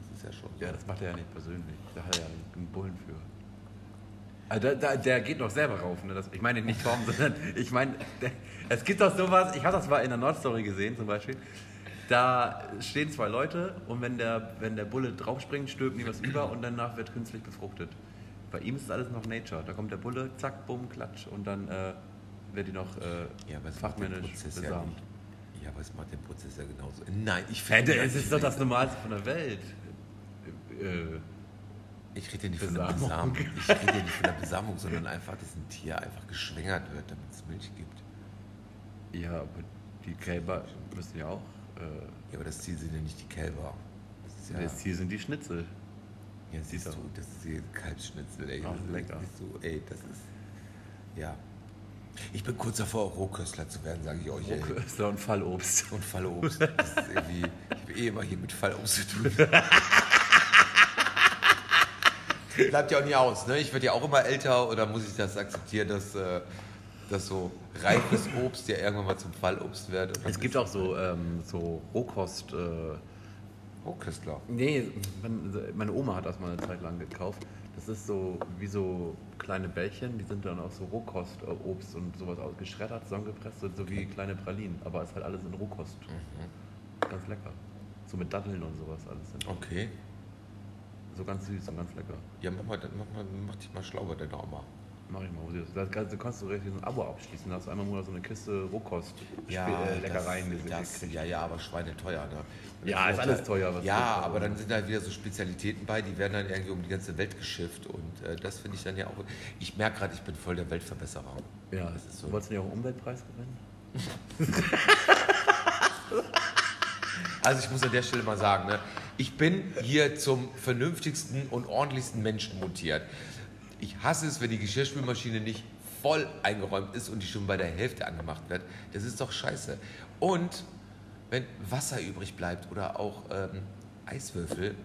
[SPEAKER 2] Das ist ja schon so.
[SPEAKER 4] Ja, das macht er ja nicht persönlich. Da hat er ja einen Bullen für. Also da, da, der geht noch selber rauf. Ne? Das, ich meine nicht Torben, sondern ich meine, der- es gibt doch sowas, ich habe das mal in der Nordstory gesehen zum Beispiel. Da stehen zwei Leute und wenn der, wenn der Bulle draufspringt, stülpen die was über und danach wird künstlich befruchtet. Bei ihm ist es alles noch Nature. Da kommt der Bulle, zack, bumm, klatsch und dann äh, wird die noch äh,
[SPEAKER 2] ja, aber es macht den
[SPEAKER 4] fachmännisch
[SPEAKER 2] Prozess ja
[SPEAKER 4] besamt.
[SPEAKER 2] nicht. Ja, aber es macht den Prozess ja genauso. Nein, ich
[SPEAKER 4] Hä,
[SPEAKER 2] finde,
[SPEAKER 4] der- es ist doch das Normalste von der Welt. Äh,
[SPEAKER 2] ich rede ja nicht von der
[SPEAKER 4] Besamung.
[SPEAKER 2] Besamung. Ich rede ja nicht von der Besamung, sondern einfach, dass ein Tier einfach geschwängert wird, damit es Milch gibt.
[SPEAKER 4] Ja, aber die Kälber müssen ja auch. Äh,
[SPEAKER 2] Ja, aber das Ziel sind ja nicht die Kälber. Das ist ja,
[SPEAKER 4] Das Ziel sind die Schnitzel.
[SPEAKER 2] Ja, siehst
[SPEAKER 4] Siehst
[SPEAKER 2] du,
[SPEAKER 4] du.
[SPEAKER 2] das ist hier Kalbsschnitzel, ey.
[SPEAKER 4] Ach,
[SPEAKER 2] das
[SPEAKER 4] lecker.
[SPEAKER 2] Ist, siehst du, ey, das ist. Ja. Ich bin kurz davor, auch Rohköstler zu werden, sage ich euch. ey.
[SPEAKER 4] Rohköster und Fallobst.
[SPEAKER 2] Und Fallobst. Das ist irgendwie, ich habe eh immer hier mit Fallobst zu tun. Bleibt ja auch nie aus. Ne? Ich werde ja auch immer älter oder muss ich das akzeptieren, dass, äh, dass so reifes Obst ja irgendwann mal zum Fallobst wird?
[SPEAKER 4] Es gibt auch so, ähm, so Rohkost. Äh,
[SPEAKER 2] Rohköstler.
[SPEAKER 4] nee, man, meine Oma hat das mal eine Zeit lang gekauft. Das ist so wie so kleine Bällchen, die sind dann auch so Rohkost, äh, Obst und sowas aus- geschreddert, zusammengepresst, so so wie kleine Pralinen. Aber ist halt alles in Rohkost. Ganz lecker. So mit Datteln und sowas alles. drin.
[SPEAKER 2] Okay.
[SPEAKER 4] So ganz süß und ganz lecker.
[SPEAKER 2] Ja, mach, mal, mach, mal, mach dich mal schlau bei deiner Oma.
[SPEAKER 4] Mach ich mal, wo sie das. Da kannst, da kannst du richtig so ein Abo abschließen. Da hast du einmal im Monat so eine Kiste Rohkost Sp- äh, Leckereien
[SPEAKER 2] das,
[SPEAKER 4] gesehen.
[SPEAKER 2] das, Ja, ja, aber Schweine teuer, ne? Und
[SPEAKER 4] Ja,
[SPEAKER 2] das
[SPEAKER 4] ist
[SPEAKER 2] auch
[SPEAKER 4] alles
[SPEAKER 2] da-
[SPEAKER 4] teuer, was
[SPEAKER 2] ja,
[SPEAKER 4] kostet,
[SPEAKER 2] aber
[SPEAKER 4] aber-
[SPEAKER 2] dann sind halt wieder so Spezialitäten bei, die werden dann irgendwie um die ganze Welt geschifft und äh, das finde ich dann ja auch. Ich merke gerade, ich bin voll der Weltverbesserer.
[SPEAKER 4] Ja,
[SPEAKER 2] das ist so.
[SPEAKER 4] Du wolltest nicht auch einen Umweltpreis gewinnen?
[SPEAKER 2] Also ich muss an der Stelle mal sagen, ne, ich bin hier zum vernünftigsten und ordentlichsten Menschen mutiert. Ich hasse es, wenn die Geschirrspülmaschine nicht voll eingeräumt ist und die schon bei der Hälfte angemacht wird. Das ist doch scheiße. Und wenn Wasser übrig bleibt oder auch ähm, Eiswürfel,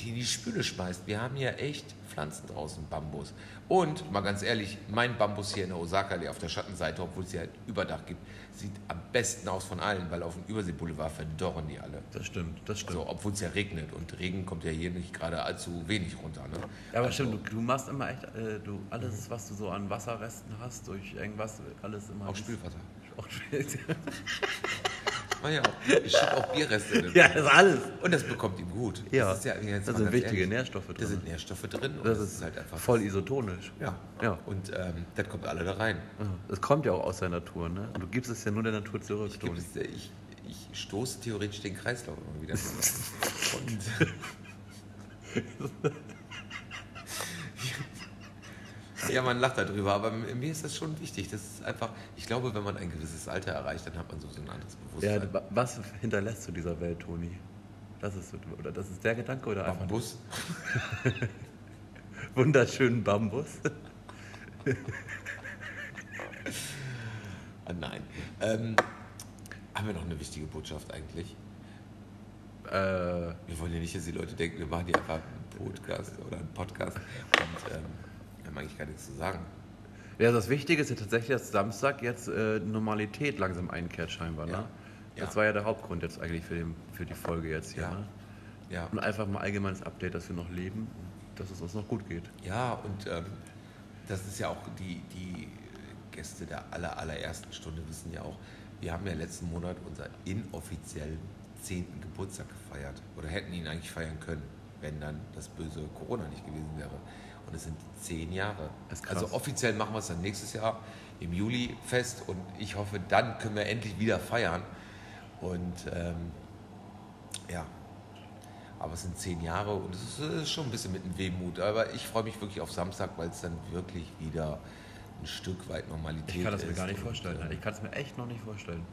[SPEAKER 2] die in die Spüle schmeißt. Wir haben hier echt Pflanzen draußen, Bambus. Und mal ganz ehrlich, mein Bambus hier in der Osaka-Allee auf der Schattenseite, obwohl es hier ein Überdach gibt, sieht am besten aus von allen, weil auf dem Überseeboulevard verdorren die alle.
[SPEAKER 4] Das stimmt, das stimmt.
[SPEAKER 2] So, obwohl es ja regnet und Regen kommt ja hier nicht gerade allzu wenig runter. Ne?
[SPEAKER 4] Ja, aber stimmt, du, du machst immer echt, äh, du, alles, was du so an Wasserresten hast, durch irgendwas, alles immer.
[SPEAKER 2] Auch Spülwasser.
[SPEAKER 4] Auch Spül-
[SPEAKER 2] Ah ja, ich schicke auch Bierreste. in den
[SPEAKER 4] ja,
[SPEAKER 2] Müll.
[SPEAKER 4] das ist alles.
[SPEAKER 2] Und das bekommt ihm gut.
[SPEAKER 4] Ja,
[SPEAKER 2] das, ist ja jetzt
[SPEAKER 4] da
[SPEAKER 2] mal
[SPEAKER 4] sind
[SPEAKER 2] ganz
[SPEAKER 4] wichtige Nährstoffe
[SPEAKER 2] Da
[SPEAKER 4] drin.
[SPEAKER 2] sind Nährstoffe drin. und
[SPEAKER 4] Das, ist halt einfach. Voll isotonisch.
[SPEAKER 2] Ja.
[SPEAKER 4] Ja.
[SPEAKER 2] Und ähm, das kommt alle da rein.
[SPEAKER 4] Ja, Das kommt ja auch aus der Natur, ne? Du gibst es ja nur der Natur zurück,
[SPEAKER 2] Ich, gebe
[SPEAKER 4] Toni.
[SPEAKER 2] es, äh, ich, ich stoße theoretisch den Kreislauf immer wieder. Und ja, man lacht darüber, aber m- mir ist das schon wichtig. Das ist einfach, ich glaube, wenn man ein gewisses Alter erreicht, dann hat man so, so ein anderes
[SPEAKER 4] Ja,
[SPEAKER 2] Bewusstsein.
[SPEAKER 4] du- wa- was hinterlässt du dieser Welt, Toni? Das ist, so- oder das ist der Gedanke oder
[SPEAKER 2] auf dem
[SPEAKER 4] einfach
[SPEAKER 2] Bus.
[SPEAKER 4] wunderschönen Bambus?
[SPEAKER 2] Ah, nein. Ähm, haben wir noch eine wichtige Botschaft eigentlich?
[SPEAKER 4] äh,
[SPEAKER 2] Wir wollen ja nicht, dass die Leute denken, wir machen hier einfach einen Podcast oder einen Podcast und ähm, wir haben eigentlich gar nichts zu sagen.
[SPEAKER 4] Ja, das Wichtige ist ja tatsächlich, dass Samstag jetzt äh, Normalität langsam einkehrt scheinbar, ne?
[SPEAKER 2] Ja.
[SPEAKER 4] Das
[SPEAKER 2] Ja.
[SPEAKER 4] war ja der Hauptgrund jetzt eigentlich für, den, für die Folge jetzt hier,
[SPEAKER 2] Ja.
[SPEAKER 4] ne?
[SPEAKER 2] Ja.
[SPEAKER 4] Und einfach mal allgemeines Update, dass wir noch leben und dass es uns noch gut geht.
[SPEAKER 2] Ja, und ähm, das ist ja auch die, die Gäste der aller, allerersten Stunde wissen ja auch, wir haben ja letzten Monat unseren inoffiziellen 10. Geburtstag gefeiert oder hätten ihn eigentlich feiern können, wenn dann das böse Corona nicht gewesen wäre. Und es sind zehn Jahre.
[SPEAKER 4] Das ist krass.
[SPEAKER 2] Also offiziell machen wir es dann nächstes Jahr im Juli fest und ich hoffe, dann können wir endlich wieder feiern. Und ähm, ja, aber es sind zehn Jahre und es ist, äh, schon ein bisschen mit einem Wehmut. Aber ich freue mich wirklich auf Samstag, weil es dann wirklich wieder ein Stück weit Normalität ist.
[SPEAKER 4] Ich kann das mir gar nicht
[SPEAKER 2] Und,
[SPEAKER 4] vorstellen.
[SPEAKER 2] äh,
[SPEAKER 4] Ich kann es mir echt noch nicht vorstellen.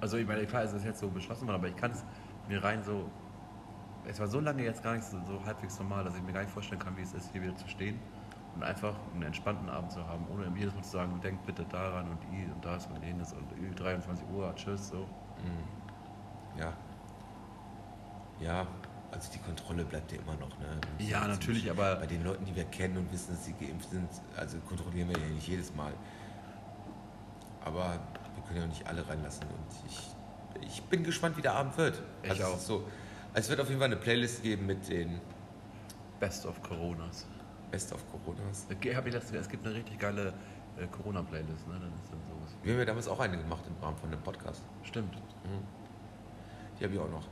[SPEAKER 4] Also ich meine, klar, es ist jetzt so beschlossen worden, aber ich kann es mir rein so. Es war so lange jetzt gar nicht so, so halbwegs normal, dass ich mir gar nicht vorstellen kann, wie es ist, hier wieder zu stehen und einfach einen entspannten Abend zu haben, ohne jedes Mal zu sagen, denkt bitte daran und i und das und jenes und Ü, 23 Uhr, tschüss, so.
[SPEAKER 2] äh, Ja. Ja, also die Kontrolle bleibt ja immer noch. Ne?
[SPEAKER 4] Ja,
[SPEAKER 2] Also
[SPEAKER 4] natürlich,
[SPEAKER 2] nicht-
[SPEAKER 4] aber-
[SPEAKER 2] Bei den Leuten, die wir kennen und wissen, dass sie geimpft sind, also kontrollieren wir ja nicht jedes Mal. Aber wir können ja auch nicht alle reinlassen. Und ich, ich bin gespannt, wie der Abend wird.
[SPEAKER 4] Ich
[SPEAKER 2] also es
[SPEAKER 4] auch.
[SPEAKER 2] ist So, also es wird auf jeden Fall eine Playlist geben mit den
[SPEAKER 4] Best of Coronas.
[SPEAKER 2] Best of Coronas.
[SPEAKER 4] Ich hab ich letztens, es gibt eine richtig geile äh, Corona-Playlist, ne? Dann ist dann sowas.
[SPEAKER 2] Wir haben ja damals auch eine gemacht im Rahmen von einem Podcast.
[SPEAKER 4] Stimmt.
[SPEAKER 2] Die habe ich auch noch.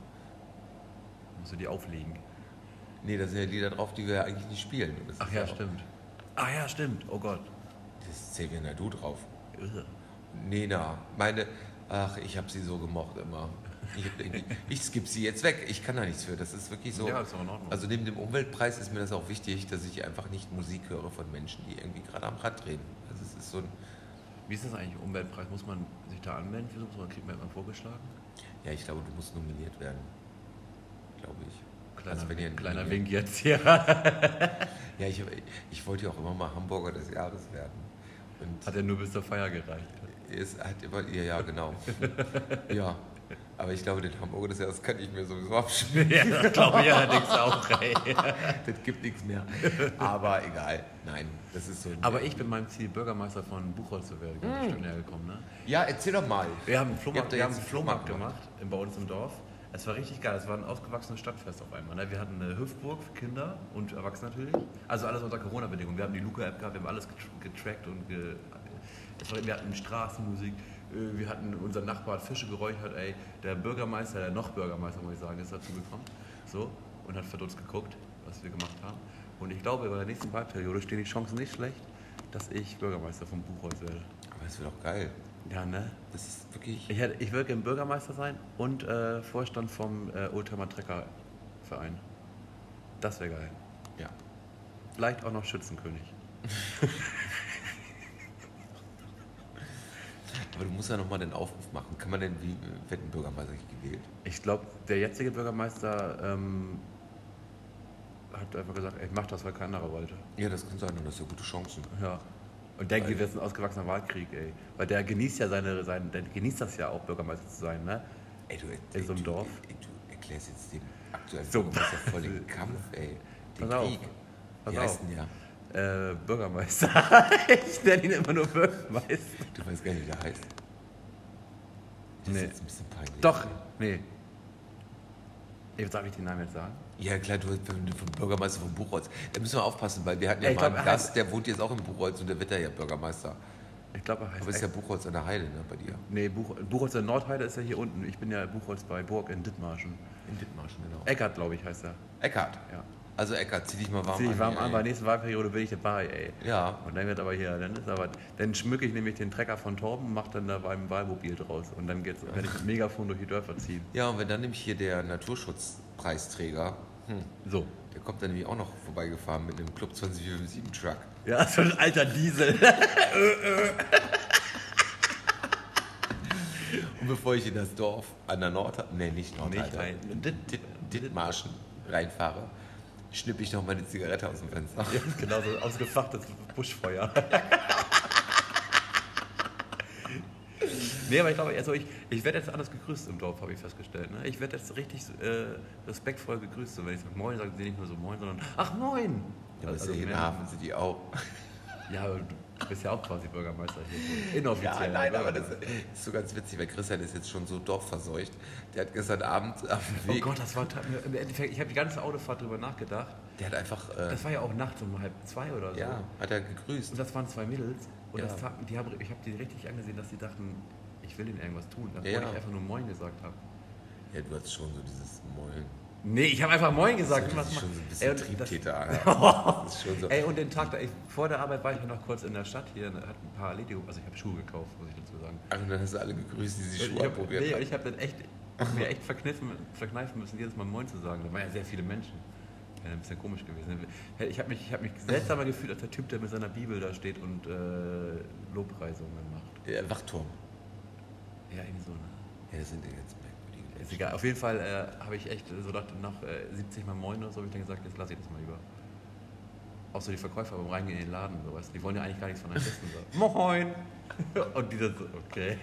[SPEAKER 4] Musst du die auflegen.
[SPEAKER 2] Nee, da sind ja Lieder drauf, die wir ja eigentlich nicht spielen. Das
[SPEAKER 4] Ach
[SPEAKER 2] ist
[SPEAKER 4] ja,
[SPEAKER 2] auch-
[SPEAKER 4] stimmt. Ach ja, stimmt. Oh Gott.
[SPEAKER 2] Das ist Xavier Nadu drauf.
[SPEAKER 4] Irre.
[SPEAKER 2] Nena, meine, ach, ich habe sie so gemocht immer. Ich, ich, ich skippe sie jetzt weg. Ich kann da nichts für. Das ist wirklich so.
[SPEAKER 4] Ja, ist auch in Ordnung.
[SPEAKER 2] Also neben dem Umweltpreis ist mir das auch wichtig, dass ich einfach nicht Musik höre von Menschen, die irgendwie gerade am Rad drehen. Also es ist so ein,
[SPEAKER 4] Wie ist das eigentlich Umweltpreis? Muss man sich da anmelden für sowas oder kriegt man immer vorgeschlagen?
[SPEAKER 2] ja, ich glaube, du musst nominiert werden, glaube ich. Also
[SPEAKER 4] Kleiner,
[SPEAKER 2] wenn ihr-
[SPEAKER 4] kleiner
[SPEAKER 2] wenn ihr-
[SPEAKER 4] Wink jetzt hier.
[SPEAKER 2] Ja, ich, ich wollte ja auch immer mal Hamburger des Jahres werden. Und
[SPEAKER 4] Hat ja nur bis zur Feier gereicht.
[SPEAKER 2] es hat immer, ja, ja, genau. ja. Aber ich glaube, den Hamburger, das, das kann ich mir sowieso abschmieren.
[SPEAKER 4] Ja, das glaube ich allerdings auch, ey.
[SPEAKER 2] Das gibt nichts mehr. Aber egal. Nein, das ist so. ein-
[SPEAKER 4] Aber ich bin meinem Ziel, Bürgermeister von Buchholz zu werden, ganz schön näher gekommen, ne?
[SPEAKER 2] ja, erzähl doch mal.
[SPEAKER 4] Wir haben einen
[SPEAKER 2] Ihr habt
[SPEAKER 4] Flohmarkt,
[SPEAKER 2] da
[SPEAKER 4] wir haben
[SPEAKER 2] jetzt
[SPEAKER 4] einen Flohmarkt gemacht, in- bei uns im Dorf. Es war richtig geil, es war ein ausgewachsenes Stadtfest auf einmal. Ne? Wir hatten eine Hüftburg für Kinder und Erwachsene natürlich. Also alles unter Corona-Bedingungen. Wir haben die Luca-App gehabt, wir haben alles getr- getrackt und ge es war, wir hatten Straßenmusik. äh, Wir hatten unseren Nachbar hat Fische geräuchert, ey. Der Bürgermeister, der noch Bürgermeister, muss ich sagen, ist dazu gekommen. So, und hat verdutzt geguckt, was wir gemacht haben. Und ich glaube, bei der nächsten Wahlperiode stehen die Chancen nicht schlecht, dass ich Bürgermeister von Buchholz werde.
[SPEAKER 2] Aber es wird doch geil.
[SPEAKER 4] Ja, ne?
[SPEAKER 2] Das ist wirklich.
[SPEAKER 4] Ich, hätte, ich würde gerne Bürgermeister sein und äh, Vorstand vom äh, Oldtimer Trecker Verein. Das wäre geil.
[SPEAKER 2] Ja.
[SPEAKER 4] Vielleicht auch noch Schützenkönig.
[SPEAKER 2] Aber du musst ja nochmal den Aufruf machen. Kann man denn, wie wird ein Bürgermeister nicht gewählt?
[SPEAKER 4] Ich glaube, der jetzige Bürgermeister ähm, hat einfach gesagt, ey, ich mach das, weil kein anderer wollte.
[SPEAKER 2] Ja, das kann sein. Und das sind gute Chancen.
[SPEAKER 4] Ja. Und der wird jetzt ein ausgewachsener Wahlkrieg, ey. Weil der genießt ja seine, sein, der genießt das ja auch, Bürgermeister zu sein, ne?
[SPEAKER 2] Ey, du, ey,
[SPEAKER 4] In so einem
[SPEAKER 2] du,
[SPEAKER 4] Dorf?
[SPEAKER 2] Ey, du erklärst jetzt dem aktuellen
[SPEAKER 4] So.
[SPEAKER 2] Bürgermeister voll den Kampf, ey. Den
[SPEAKER 4] Pass auf.
[SPEAKER 2] Krieg.
[SPEAKER 4] Pass
[SPEAKER 2] wie
[SPEAKER 4] auf.
[SPEAKER 2] heißt denn der?
[SPEAKER 4] Äh, Bürgermeister. ich nenne ihn immer nur Bürgermeister.
[SPEAKER 2] Du weißt gar nicht, wie der heißt. Das
[SPEAKER 4] Nee.
[SPEAKER 2] ist jetzt ein bisschen peinlich.
[SPEAKER 4] Doch, nee. Ey, Darf ich den Namen jetzt sagen?
[SPEAKER 2] Ja, klar, du hast wenn du vom Bürgermeister von Buchholz. Da müssen wir aufpassen, weil wir hatten ja,
[SPEAKER 4] Ja, ich
[SPEAKER 2] mal
[SPEAKER 4] glaub,
[SPEAKER 2] einen
[SPEAKER 4] er
[SPEAKER 2] Gast, der wohnt jetzt auch in Buchholz und der wird da ja Bürgermeister.
[SPEAKER 4] Ich glaube, er heißt
[SPEAKER 2] Aber ist ja Buchholz an der Heide, ne, bei dir.
[SPEAKER 4] Nee, Buch, Buchholz der Nordheide ist ja hier unten. Ich bin ja Buchholz bei Burg in Dithmarschen.
[SPEAKER 2] In Dithmarschen, genau.
[SPEAKER 4] Eckert, glaube ich, heißt er.
[SPEAKER 2] Eckart.
[SPEAKER 4] Ja.
[SPEAKER 2] Also Eckart, zieh dich mal warm
[SPEAKER 4] Zieh
[SPEAKER 2] an.
[SPEAKER 4] ich warm
[SPEAKER 2] hier,
[SPEAKER 4] an,
[SPEAKER 2] Oh,
[SPEAKER 4] bei der
[SPEAKER 2] ey.
[SPEAKER 4] nächsten Wahlperiode bin ich dabei, ey.
[SPEAKER 2] Ja,
[SPEAKER 4] Und dann wird aber hier, dann ist aber, dann schmücke ich nämlich den Trecker von Torben und mache dann da beim Wahlmobil draus. Und dann geht's, werde ich mit Megafon durch die Dörfer ziehen.
[SPEAKER 2] ja, und wenn dann nämlich hier der Naturschutzpreisträger, hm,
[SPEAKER 4] So.
[SPEAKER 2] der kommt dann nämlich auch noch vorbeigefahren mit einem Club 2457 Truck.
[SPEAKER 4] Ja, so ein alter Diesel.
[SPEAKER 2] Und bevor ich in das Dorf an der Nord, nee, nicht Nord,
[SPEAKER 4] Nicht rein.
[SPEAKER 2] Dithmarschen reinfahre, schnippe ich noch meine Zigarette aus dem Fenster.
[SPEAKER 4] Ja, genau, so ausgefachtes Buschfeuer. nee, aber ich glaube, also ich, ich werde jetzt anders gegrüßt im Dorf, habe ich festgestellt. Ne? Ich werde jetzt richtig äh, respektvoll gegrüßt. Und wenn ich sage Moin, sagen sie nicht nur so Moin, sondern Ach, Moin!
[SPEAKER 2] Ja, aber ist ja eh hier in
[SPEAKER 4] mehr-
[SPEAKER 2] der Also Hafen sind die auch.
[SPEAKER 4] ja, aber du bist ja auch quasi Bürgermeister hier. Inoffiziell.
[SPEAKER 2] Ja, nein, aber Also, das
[SPEAKER 4] Bürgermeister.
[SPEAKER 2] ist so ganz witzig, weil Christian ist jetzt schon so dorfverseucht. Der hat gestern Abend am
[SPEAKER 4] Oh
[SPEAKER 2] Weg,
[SPEAKER 4] Gott, das war im Endeffekt, ich habe die ganze Autofahrt drüber nachgedacht.
[SPEAKER 2] der hat einfach, äh,
[SPEAKER 4] Das war ja auch nachts um halb zwei oder so.
[SPEAKER 2] ja, hat er
[SPEAKER 4] Und
[SPEAKER 2] gegrüßt.
[SPEAKER 4] das waren zwei Mädels. Und
[SPEAKER 2] Ja.
[SPEAKER 4] das taten, die haben, ich habe die richtig angesehen, dass die dachten, ich will denen irgendwas tun, obwohl
[SPEAKER 2] Ja.
[SPEAKER 4] ich einfach nur Moin gesagt habe.
[SPEAKER 2] Ja, du hast schon so dieses Mollen.
[SPEAKER 4] Nee, ich habe einfach Moin gesagt.
[SPEAKER 2] Das
[SPEAKER 4] was
[SPEAKER 2] ist
[SPEAKER 4] mach-
[SPEAKER 2] schon so ein bisschen
[SPEAKER 4] und das-
[SPEAKER 2] Triebtäter. Alter. Das ist schon so.
[SPEAKER 4] Ey, und den Tag, da ich, vor der Arbeit war ich ja noch kurz in der Stadt hier, und hat ein paar Erledigungen, also ich habe Schuhe gekauft, muss ich dazu sagen.
[SPEAKER 2] Ach, und dann hast du alle gegrüßt, die sich
[SPEAKER 4] Und
[SPEAKER 2] Schuhe
[SPEAKER 4] ich habe nee,
[SPEAKER 2] probiert
[SPEAKER 4] und
[SPEAKER 2] haben.
[SPEAKER 4] ich hab dann echt, hab mir echt verkniffen, verkneifen müssen, jedes Mal Moin zu sagen. Da waren ja sehr viele Menschen. Wäre ein bisschen komisch gewesen. Ich habe mich, ich hab mich seltsamer gefühlt als der Typ, der mit seiner Bibel da steht und äh, Lobpreisungen macht.
[SPEAKER 2] Ja, Wachturm.
[SPEAKER 4] Ja, irgendwie so, ne?
[SPEAKER 2] Ja, das sind ja ganz merkwürdige
[SPEAKER 4] Ist
[SPEAKER 2] Menschen.
[SPEAKER 4] egal. Auf jeden Fall äh, habe ich echt so gedacht, nach äh, 70 Mal Moin oder so, habe ich dann gesagt, jetzt lasse ich das mal lieber. Auch so die Verkäufer beim Reingehen in den Laden und sowas. Die wollen ja eigentlich gar nichts von einem wissen. So. Moin! Und die dann so, okay.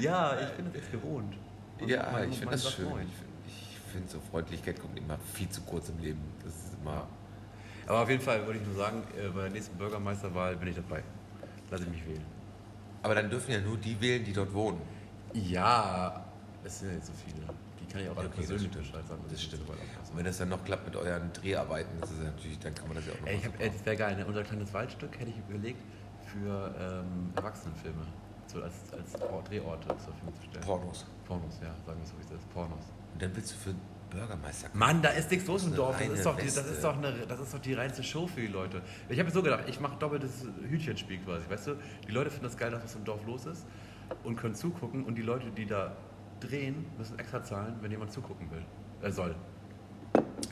[SPEAKER 4] ja, ich bin das jetzt gewohnt. Und
[SPEAKER 2] Ja,
[SPEAKER 4] mein-
[SPEAKER 2] ich finde
[SPEAKER 4] mein
[SPEAKER 2] das
[SPEAKER 4] sagt
[SPEAKER 2] schön.
[SPEAKER 4] Moin.
[SPEAKER 2] Ich find- Ich finde, so Freundlichkeit kommt immer viel zu kurz im Leben. Das ist immer.
[SPEAKER 4] Aber auf jeden Fall würde ich nur sagen, äh, bei der nächsten Bürgermeisterwahl bin ich dabei. Lass ich mich wählen.
[SPEAKER 2] Aber dann dürfen ja nur die wählen, die dort wohnen.
[SPEAKER 4] Ja, es sind ja nicht so viele. Die kann ich auch alle
[SPEAKER 2] okay, das
[SPEAKER 4] persönlich
[SPEAKER 2] stimmt.
[SPEAKER 4] bescheid sagen. Das stimmt.
[SPEAKER 2] Und wenn das dann noch klappt mit euren Dreharbeiten, das ist ja natürlich, dann kann man das ja auch noch
[SPEAKER 4] Ey, ich
[SPEAKER 2] mal
[SPEAKER 4] hab,
[SPEAKER 2] so
[SPEAKER 4] ey,
[SPEAKER 2] machen.
[SPEAKER 4] das wäre geil, ne? unser kleines Waldstück hätte ich überlegt für ähm, Erwachsenenfilme. So als, als Or- Drehorte zur Verfügung zu stellen.
[SPEAKER 2] Pornos.
[SPEAKER 4] Pornos, ja, sagen wir so, wie es ist. Pornos.
[SPEAKER 2] Und dann willst du für einen Bürgermeister
[SPEAKER 4] Mann, da ist nichts los im
[SPEAKER 2] eine
[SPEAKER 4] Dorf. Das
[SPEAKER 2] reine
[SPEAKER 4] ist, doch die, das,
[SPEAKER 2] Weste.
[SPEAKER 4] ist doch eine, das ist doch die reinste Show für die Leute. Ich habe mir so gedacht, ich mache doppeltes Hütchenspiel quasi. Weißt du, die Leute finden das geil, dass was im Dorf los ist und können zugucken. Und die Leute, die da drehen, müssen extra zahlen, wenn jemand zugucken will. Er soll.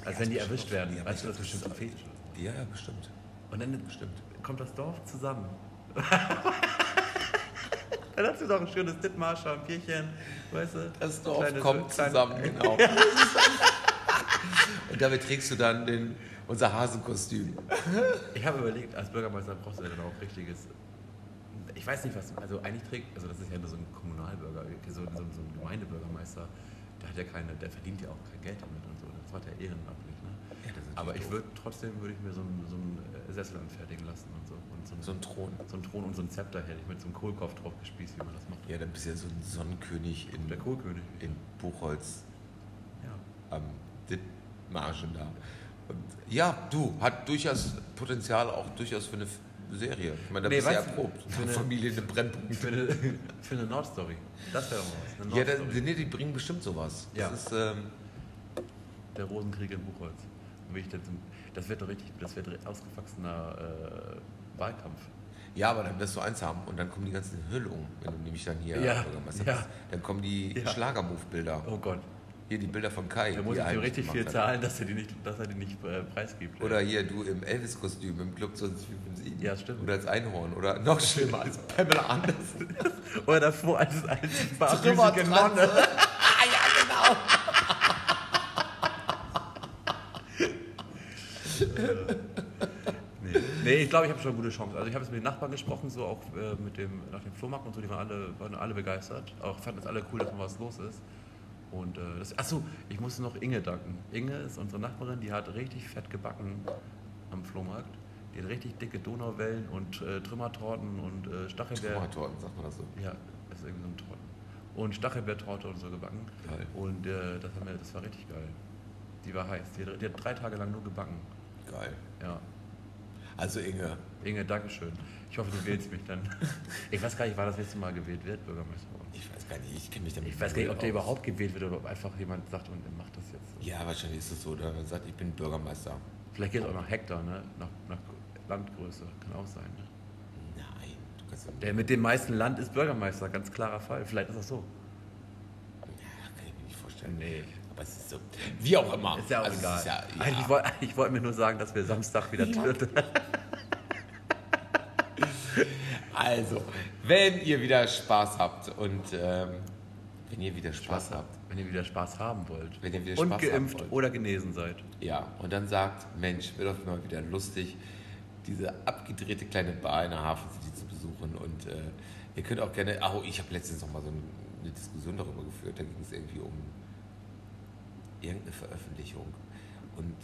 [SPEAKER 4] Als wenn die erwischt werden.
[SPEAKER 2] Ja,
[SPEAKER 4] weißt du,
[SPEAKER 2] aber
[SPEAKER 4] das ist bestimmt ein Fetisch. oder
[SPEAKER 2] Ja, ja, bestimmt.
[SPEAKER 4] so. Und dann
[SPEAKER 2] Bestimmt.
[SPEAKER 4] kommt das Dorf zusammen. Dann hast du doch ein schönes Dittmarscher, ein Bierchen, weißt du?
[SPEAKER 2] Das Dorf
[SPEAKER 4] Kleine-
[SPEAKER 2] kommt
[SPEAKER 4] kleine-
[SPEAKER 2] zusammen, genau. Und damit trägst du dann den Unser Hasenkostüm.
[SPEAKER 4] Ich habe überlegt, als Bürgermeister brauchst du ja dann auch richtiges. Ich weiß nicht, was. Also eigentlich trägt. Also das ist ja nur so ein Kommunalbürger, so, so, so ein Gemeindebürgermeister. Der hat ja keine. Der verdient ja auch kein Geld damit und so. Das macht er ehrenamtlich. Ne?
[SPEAKER 2] Ja, das ist
[SPEAKER 4] Aber
[SPEAKER 2] natürlich
[SPEAKER 4] ich würde trotzdem würde ich mir so einen, so einen äh, Sessel anfertigen lassen und so. Und so, einen,
[SPEAKER 2] doof. so ein Thron.
[SPEAKER 4] so einen Thron und so einen Zepter hätte ich mit so einem Kohlkopf drauf gespießt, wie man das macht.
[SPEAKER 2] Ja, dann bist du ja so ein Sonnenkönig in,
[SPEAKER 4] Der Kohlkönig.
[SPEAKER 2] in Buchholz
[SPEAKER 4] Ja.
[SPEAKER 2] am Dittmarschen da. Und ja, du, hat durchaus Potenzial auch durchaus für eine F- Serie. Ich meine, da
[SPEAKER 4] Nee,
[SPEAKER 2] bist du ja
[SPEAKER 4] weißt du,
[SPEAKER 2] erprobt.
[SPEAKER 4] für eine-
[SPEAKER 2] Familie in den Brennpunkt.
[SPEAKER 4] Für eine, für eine Nordstory. Das wäre doch mal was. Eine
[SPEAKER 2] Ja,
[SPEAKER 4] Nordstory.
[SPEAKER 2] dann, nee, die bringen bestimmt sowas.
[SPEAKER 4] Ja.
[SPEAKER 2] Das ist, ähm,
[SPEAKER 4] Der Rosenkrieg in Buchholz. Dann bin ich dann zum, das wird doch richtig, das wird ein ausgewachsener äh, Wahlkampf.
[SPEAKER 2] ja, aber dann wirst du eins haben und dann kommen die ganzen Hüllungen, wenn du nämlich dann hier
[SPEAKER 4] Ja,
[SPEAKER 2] Bürgermeister
[SPEAKER 4] ja.
[SPEAKER 2] bist. Dann kommen die
[SPEAKER 4] Ja.
[SPEAKER 2] Schlagermove-Bilder.
[SPEAKER 4] Oh Gott,
[SPEAKER 2] Hier die Bilder von Kai.
[SPEAKER 4] da
[SPEAKER 2] die
[SPEAKER 4] muss ich
[SPEAKER 2] er
[SPEAKER 4] ihm richtig
[SPEAKER 2] gemacht
[SPEAKER 4] viel
[SPEAKER 2] hat.
[SPEAKER 4] zahlen, dass er die nicht, dass er die nicht äh, preisgibt.
[SPEAKER 2] Oder hier du im Elvis-Kostüm im Club 2057.
[SPEAKER 4] Ja, stimmt.
[SPEAKER 2] Oder als Einhorn. Oder noch schlimmer als Pamela Anderson.
[SPEAKER 4] Oder davor als, als barfüßige
[SPEAKER 2] Trümmertranse.
[SPEAKER 4] Nonne.
[SPEAKER 2] ja,
[SPEAKER 4] Nee, nee ich glaube, ich habe schon gute Chancen. Also ich habe jetzt mit den Nachbarn gesprochen, so auch äh, mit dem, nach dem Flohmarkt und so, die waren alle, waren alle begeistert. Auch fanden es alle cool, dass mal was los ist. Und äh, das, achso, ich muss noch Inge danken. Inge ist unsere Nachbarin, die hat richtig fett gebacken am Flohmarkt. Die hat richtig dicke Donauwellen und äh, Trümmertorten und äh,
[SPEAKER 2] genau.
[SPEAKER 4] Stachelbeer.
[SPEAKER 2] Trümmertorten, sagt man das so.
[SPEAKER 4] Ja, das ist irgendwie so ein Torten. Und Stachelbeertorte und so gebacken.
[SPEAKER 2] Geil.
[SPEAKER 4] Und äh, das, haben wir, das war richtig geil. Die war heiß. Die hat, die hat drei Tage lang nur gebacken.
[SPEAKER 2] Geil.
[SPEAKER 4] Ja.
[SPEAKER 2] Also Inge,
[SPEAKER 4] Inge, Dankeschön. Ich hoffe, du wählst mich dann. Ich weiß gar nicht, wann das letzte Mal gewählt wird, Bürgermeister. bei uns.
[SPEAKER 2] ich weiß gar nicht, ich kenne mich damit
[SPEAKER 4] Ich weiß gar nicht, ob der
[SPEAKER 2] null aus.
[SPEAKER 4] überhaupt gewählt wird oder ob einfach jemand sagt und er macht das jetzt.
[SPEAKER 2] Ja, wahrscheinlich ist es so, oder man sagt, ich bin Bürgermeister.
[SPEAKER 4] Vielleicht geht es auch nach Hektar, ne? nach, nach Landgröße. Kann auch sein. Ne?
[SPEAKER 2] Nein, du kannst ja
[SPEAKER 4] Der mit dem meisten Land ist Bürgermeister, ganz klarer Fall. Vielleicht ist das so.
[SPEAKER 2] Ja, kann ich mir nicht vorstellen.
[SPEAKER 4] Nee.
[SPEAKER 2] Aber es ist so. Wie auch immer.
[SPEAKER 4] Ist ja auch
[SPEAKER 2] Also es
[SPEAKER 4] egal.
[SPEAKER 2] Ist ja, ja.
[SPEAKER 4] Eigentlich wollte ich wollte mir nur sagen, dass wir Samstag wieder
[SPEAKER 2] Ja.
[SPEAKER 4] Tür-
[SPEAKER 2] also, wenn ihr wieder Spaß habt und ähm, wenn ihr wieder Spaß habt,
[SPEAKER 4] Wenn ihr wieder Spaß haben wollt.
[SPEAKER 2] Wenn ihr wieder
[SPEAKER 4] und
[SPEAKER 2] Spaß haben
[SPEAKER 4] geimpft
[SPEAKER 2] wollt.
[SPEAKER 4] oder genesen seid.
[SPEAKER 2] ja, und dann sagt, Mensch, wird doch mal wieder lustig, diese abgedrehte kleine Bar in der Hafen City zu besuchen und äh, ihr könnt auch gerne, oh, ich habe letztens noch mal so ein- eine Diskussion darüber geführt, da ging es irgendwie um irgendeine Veröffentlichung und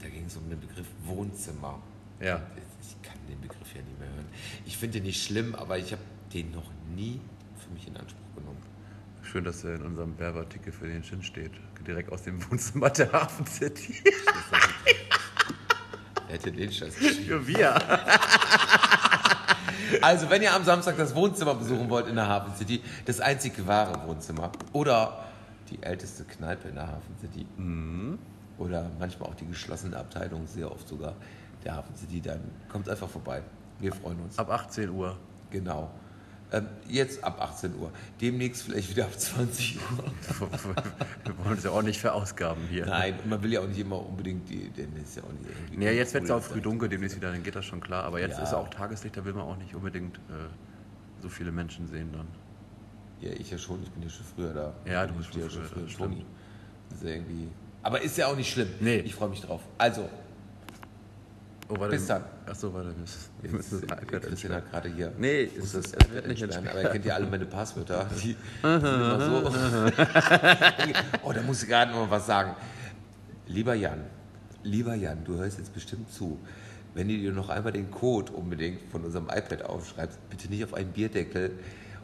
[SPEAKER 2] da ging es um den Begriff Wohnzimmer.
[SPEAKER 4] Ja.
[SPEAKER 2] Ich kann den Begriff ja nicht mehr hören. Ich finde den nicht schlimm, aber ich habe den noch nie für mich in Anspruch genommen.
[SPEAKER 4] Schön, dass er in unserem Werbeartikel für den Shin steht. Direkt aus dem Wohnzimmer der Hafen City.
[SPEAKER 2] Wer hätte den Scheiß geschrieben?
[SPEAKER 4] Für wir.
[SPEAKER 2] Also, wenn ihr am Samstag das Wohnzimmer besuchen wollt in der Hafen City, das einzig wahre Wohnzimmer oder die älteste Kneipe in der Hafen City
[SPEAKER 4] Mhm.
[SPEAKER 2] oder manchmal auch die geschlossene Abteilung, sehr oft sogar der Hafen City, dann kommt einfach vorbei. Wir freuen uns.
[SPEAKER 4] Ab 18 Uhr.
[SPEAKER 2] Genau. Ähm, jetzt ab 18 Uhr. Demnächst vielleicht wieder ab 20 Uhr.
[SPEAKER 4] Wir wollen uns ja auch nicht verausgaben hier.
[SPEAKER 2] Nein, und man will ja auch nicht immer unbedingt die, denn ist ja auch nicht irgendwie.
[SPEAKER 4] Ja, jetzt wird es
[SPEAKER 2] cool,
[SPEAKER 4] auch früh dunkel, demnächst wieder, dann geht das schon klar. Aber jetzt
[SPEAKER 2] Ja.
[SPEAKER 4] ist auch Tageslicht, da will man auch nicht unbedingt äh, so viele Menschen sehen dann.
[SPEAKER 2] Ja, ich ja schon, ich bin ja schon früher da.
[SPEAKER 4] Ja,
[SPEAKER 2] Ich
[SPEAKER 4] du
[SPEAKER 2] bin
[SPEAKER 4] bist schon
[SPEAKER 2] ja
[SPEAKER 4] früher da,
[SPEAKER 2] Toni. Das ist ja irgendwie. Aber ist ja auch nicht schlimm.
[SPEAKER 4] Nee.
[SPEAKER 2] Ich freue mich drauf. Also,
[SPEAKER 4] Oh, warte.
[SPEAKER 2] Bis dann.
[SPEAKER 4] Achso, warte. Wir müssen, wir
[SPEAKER 2] jetzt
[SPEAKER 4] müssen
[SPEAKER 2] ist
[SPEAKER 4] das iPad
[SPEAKER 2] Christian hat gerade hier.
[SPEAKER 4] Nee,
[SPEAKER 2] muss
[SPEAKER 4] es-
[SPEAKER 2] das
[SPEAKER 4] es
[SPEAKER 2] iPad
[SPEAKER 4] wird nicht
[SPEAKER 2] entsperren.
[SPEAKER 4] entsperrt.
[SPEAKER 2] Aber ihr kennt ja alle meine Passwörter. Die sind immer so. oh, da muss ich gerade noch mal was sagen. Lieber Jan, lieber Jan, du hörst jetzt bestimmt zu. Wenn du dir noch einmal den Code unbedingt von unserem iPad aufschreibst, bitte nicht auf einen Bierdeckel,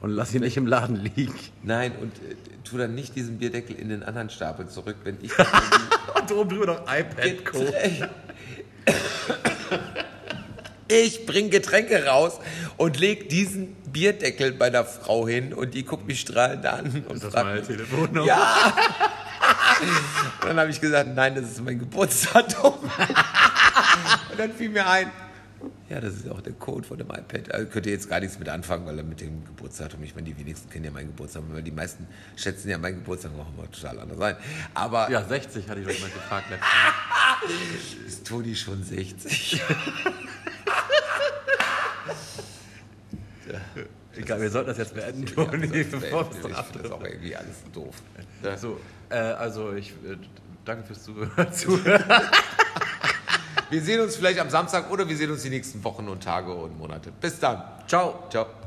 [SPEAKER 4] Und lass ihn nicht im Laden liegen.
[SPEAKER 2] Nein, und äh, tu dann nicht diesen Bierdeckel in den anderen Stapel zurück, wenn ich das irgendwie-
[SPEAKER 4] Und oben drüber noch iPad-Code.
[SPEAKER 2] Ich bring Getränke raus und leg diesen Bierdeckel bei der Frau hin und die guckt mich strahlend an und
[SPEAKER 4] Das ist
[SPEAKER 2] fragt
[SPEAKER 4] meine
[SPEAKER 2] mich.
[SPEAKER 4] Telefonnummer.
[SPEAKER 2] Ja! Und dann habe ich gesagt, nein, das ist mein Geburtsdatum. Und dann fiel mir ein, ja, das ist auch der Code von dem iPad. Also könnt ihr jetzt gar nichts mit anfangen, weil er mit dem Geburtsdatum, ich meine, die wenigsten kennen ja meinen Geburtsdatum, weil die meisten schätzen ja meinen Geburtsdatum auch immer total anders ein. Aber
[SPEAKER 4] Ja, 60 hatte ich doch mal gefragt letztes Mal.
[SPEAKER 2] ist Toni schon 60?
[SPEAKER 4] Egal, wir sollten das jetzt beenden, Toni,
[SPEAKER 2] ich
[SPEAKER 4] bevor wir es
[SPEAKER 2] finde das
[SPEAKER 4] doch
[SPEAKER 2] auch irgendwie alles doof.
[SPEAKER 4] So, äh, also ich äh, danke fürs Zuhören. Zuhören.
[SPEAKER 2] Wir sehen uns vielleicht am Samstag oder wir sehen uns die nächsten Wochen und Tage und Monate. Bis dann. Ciao. Ciao.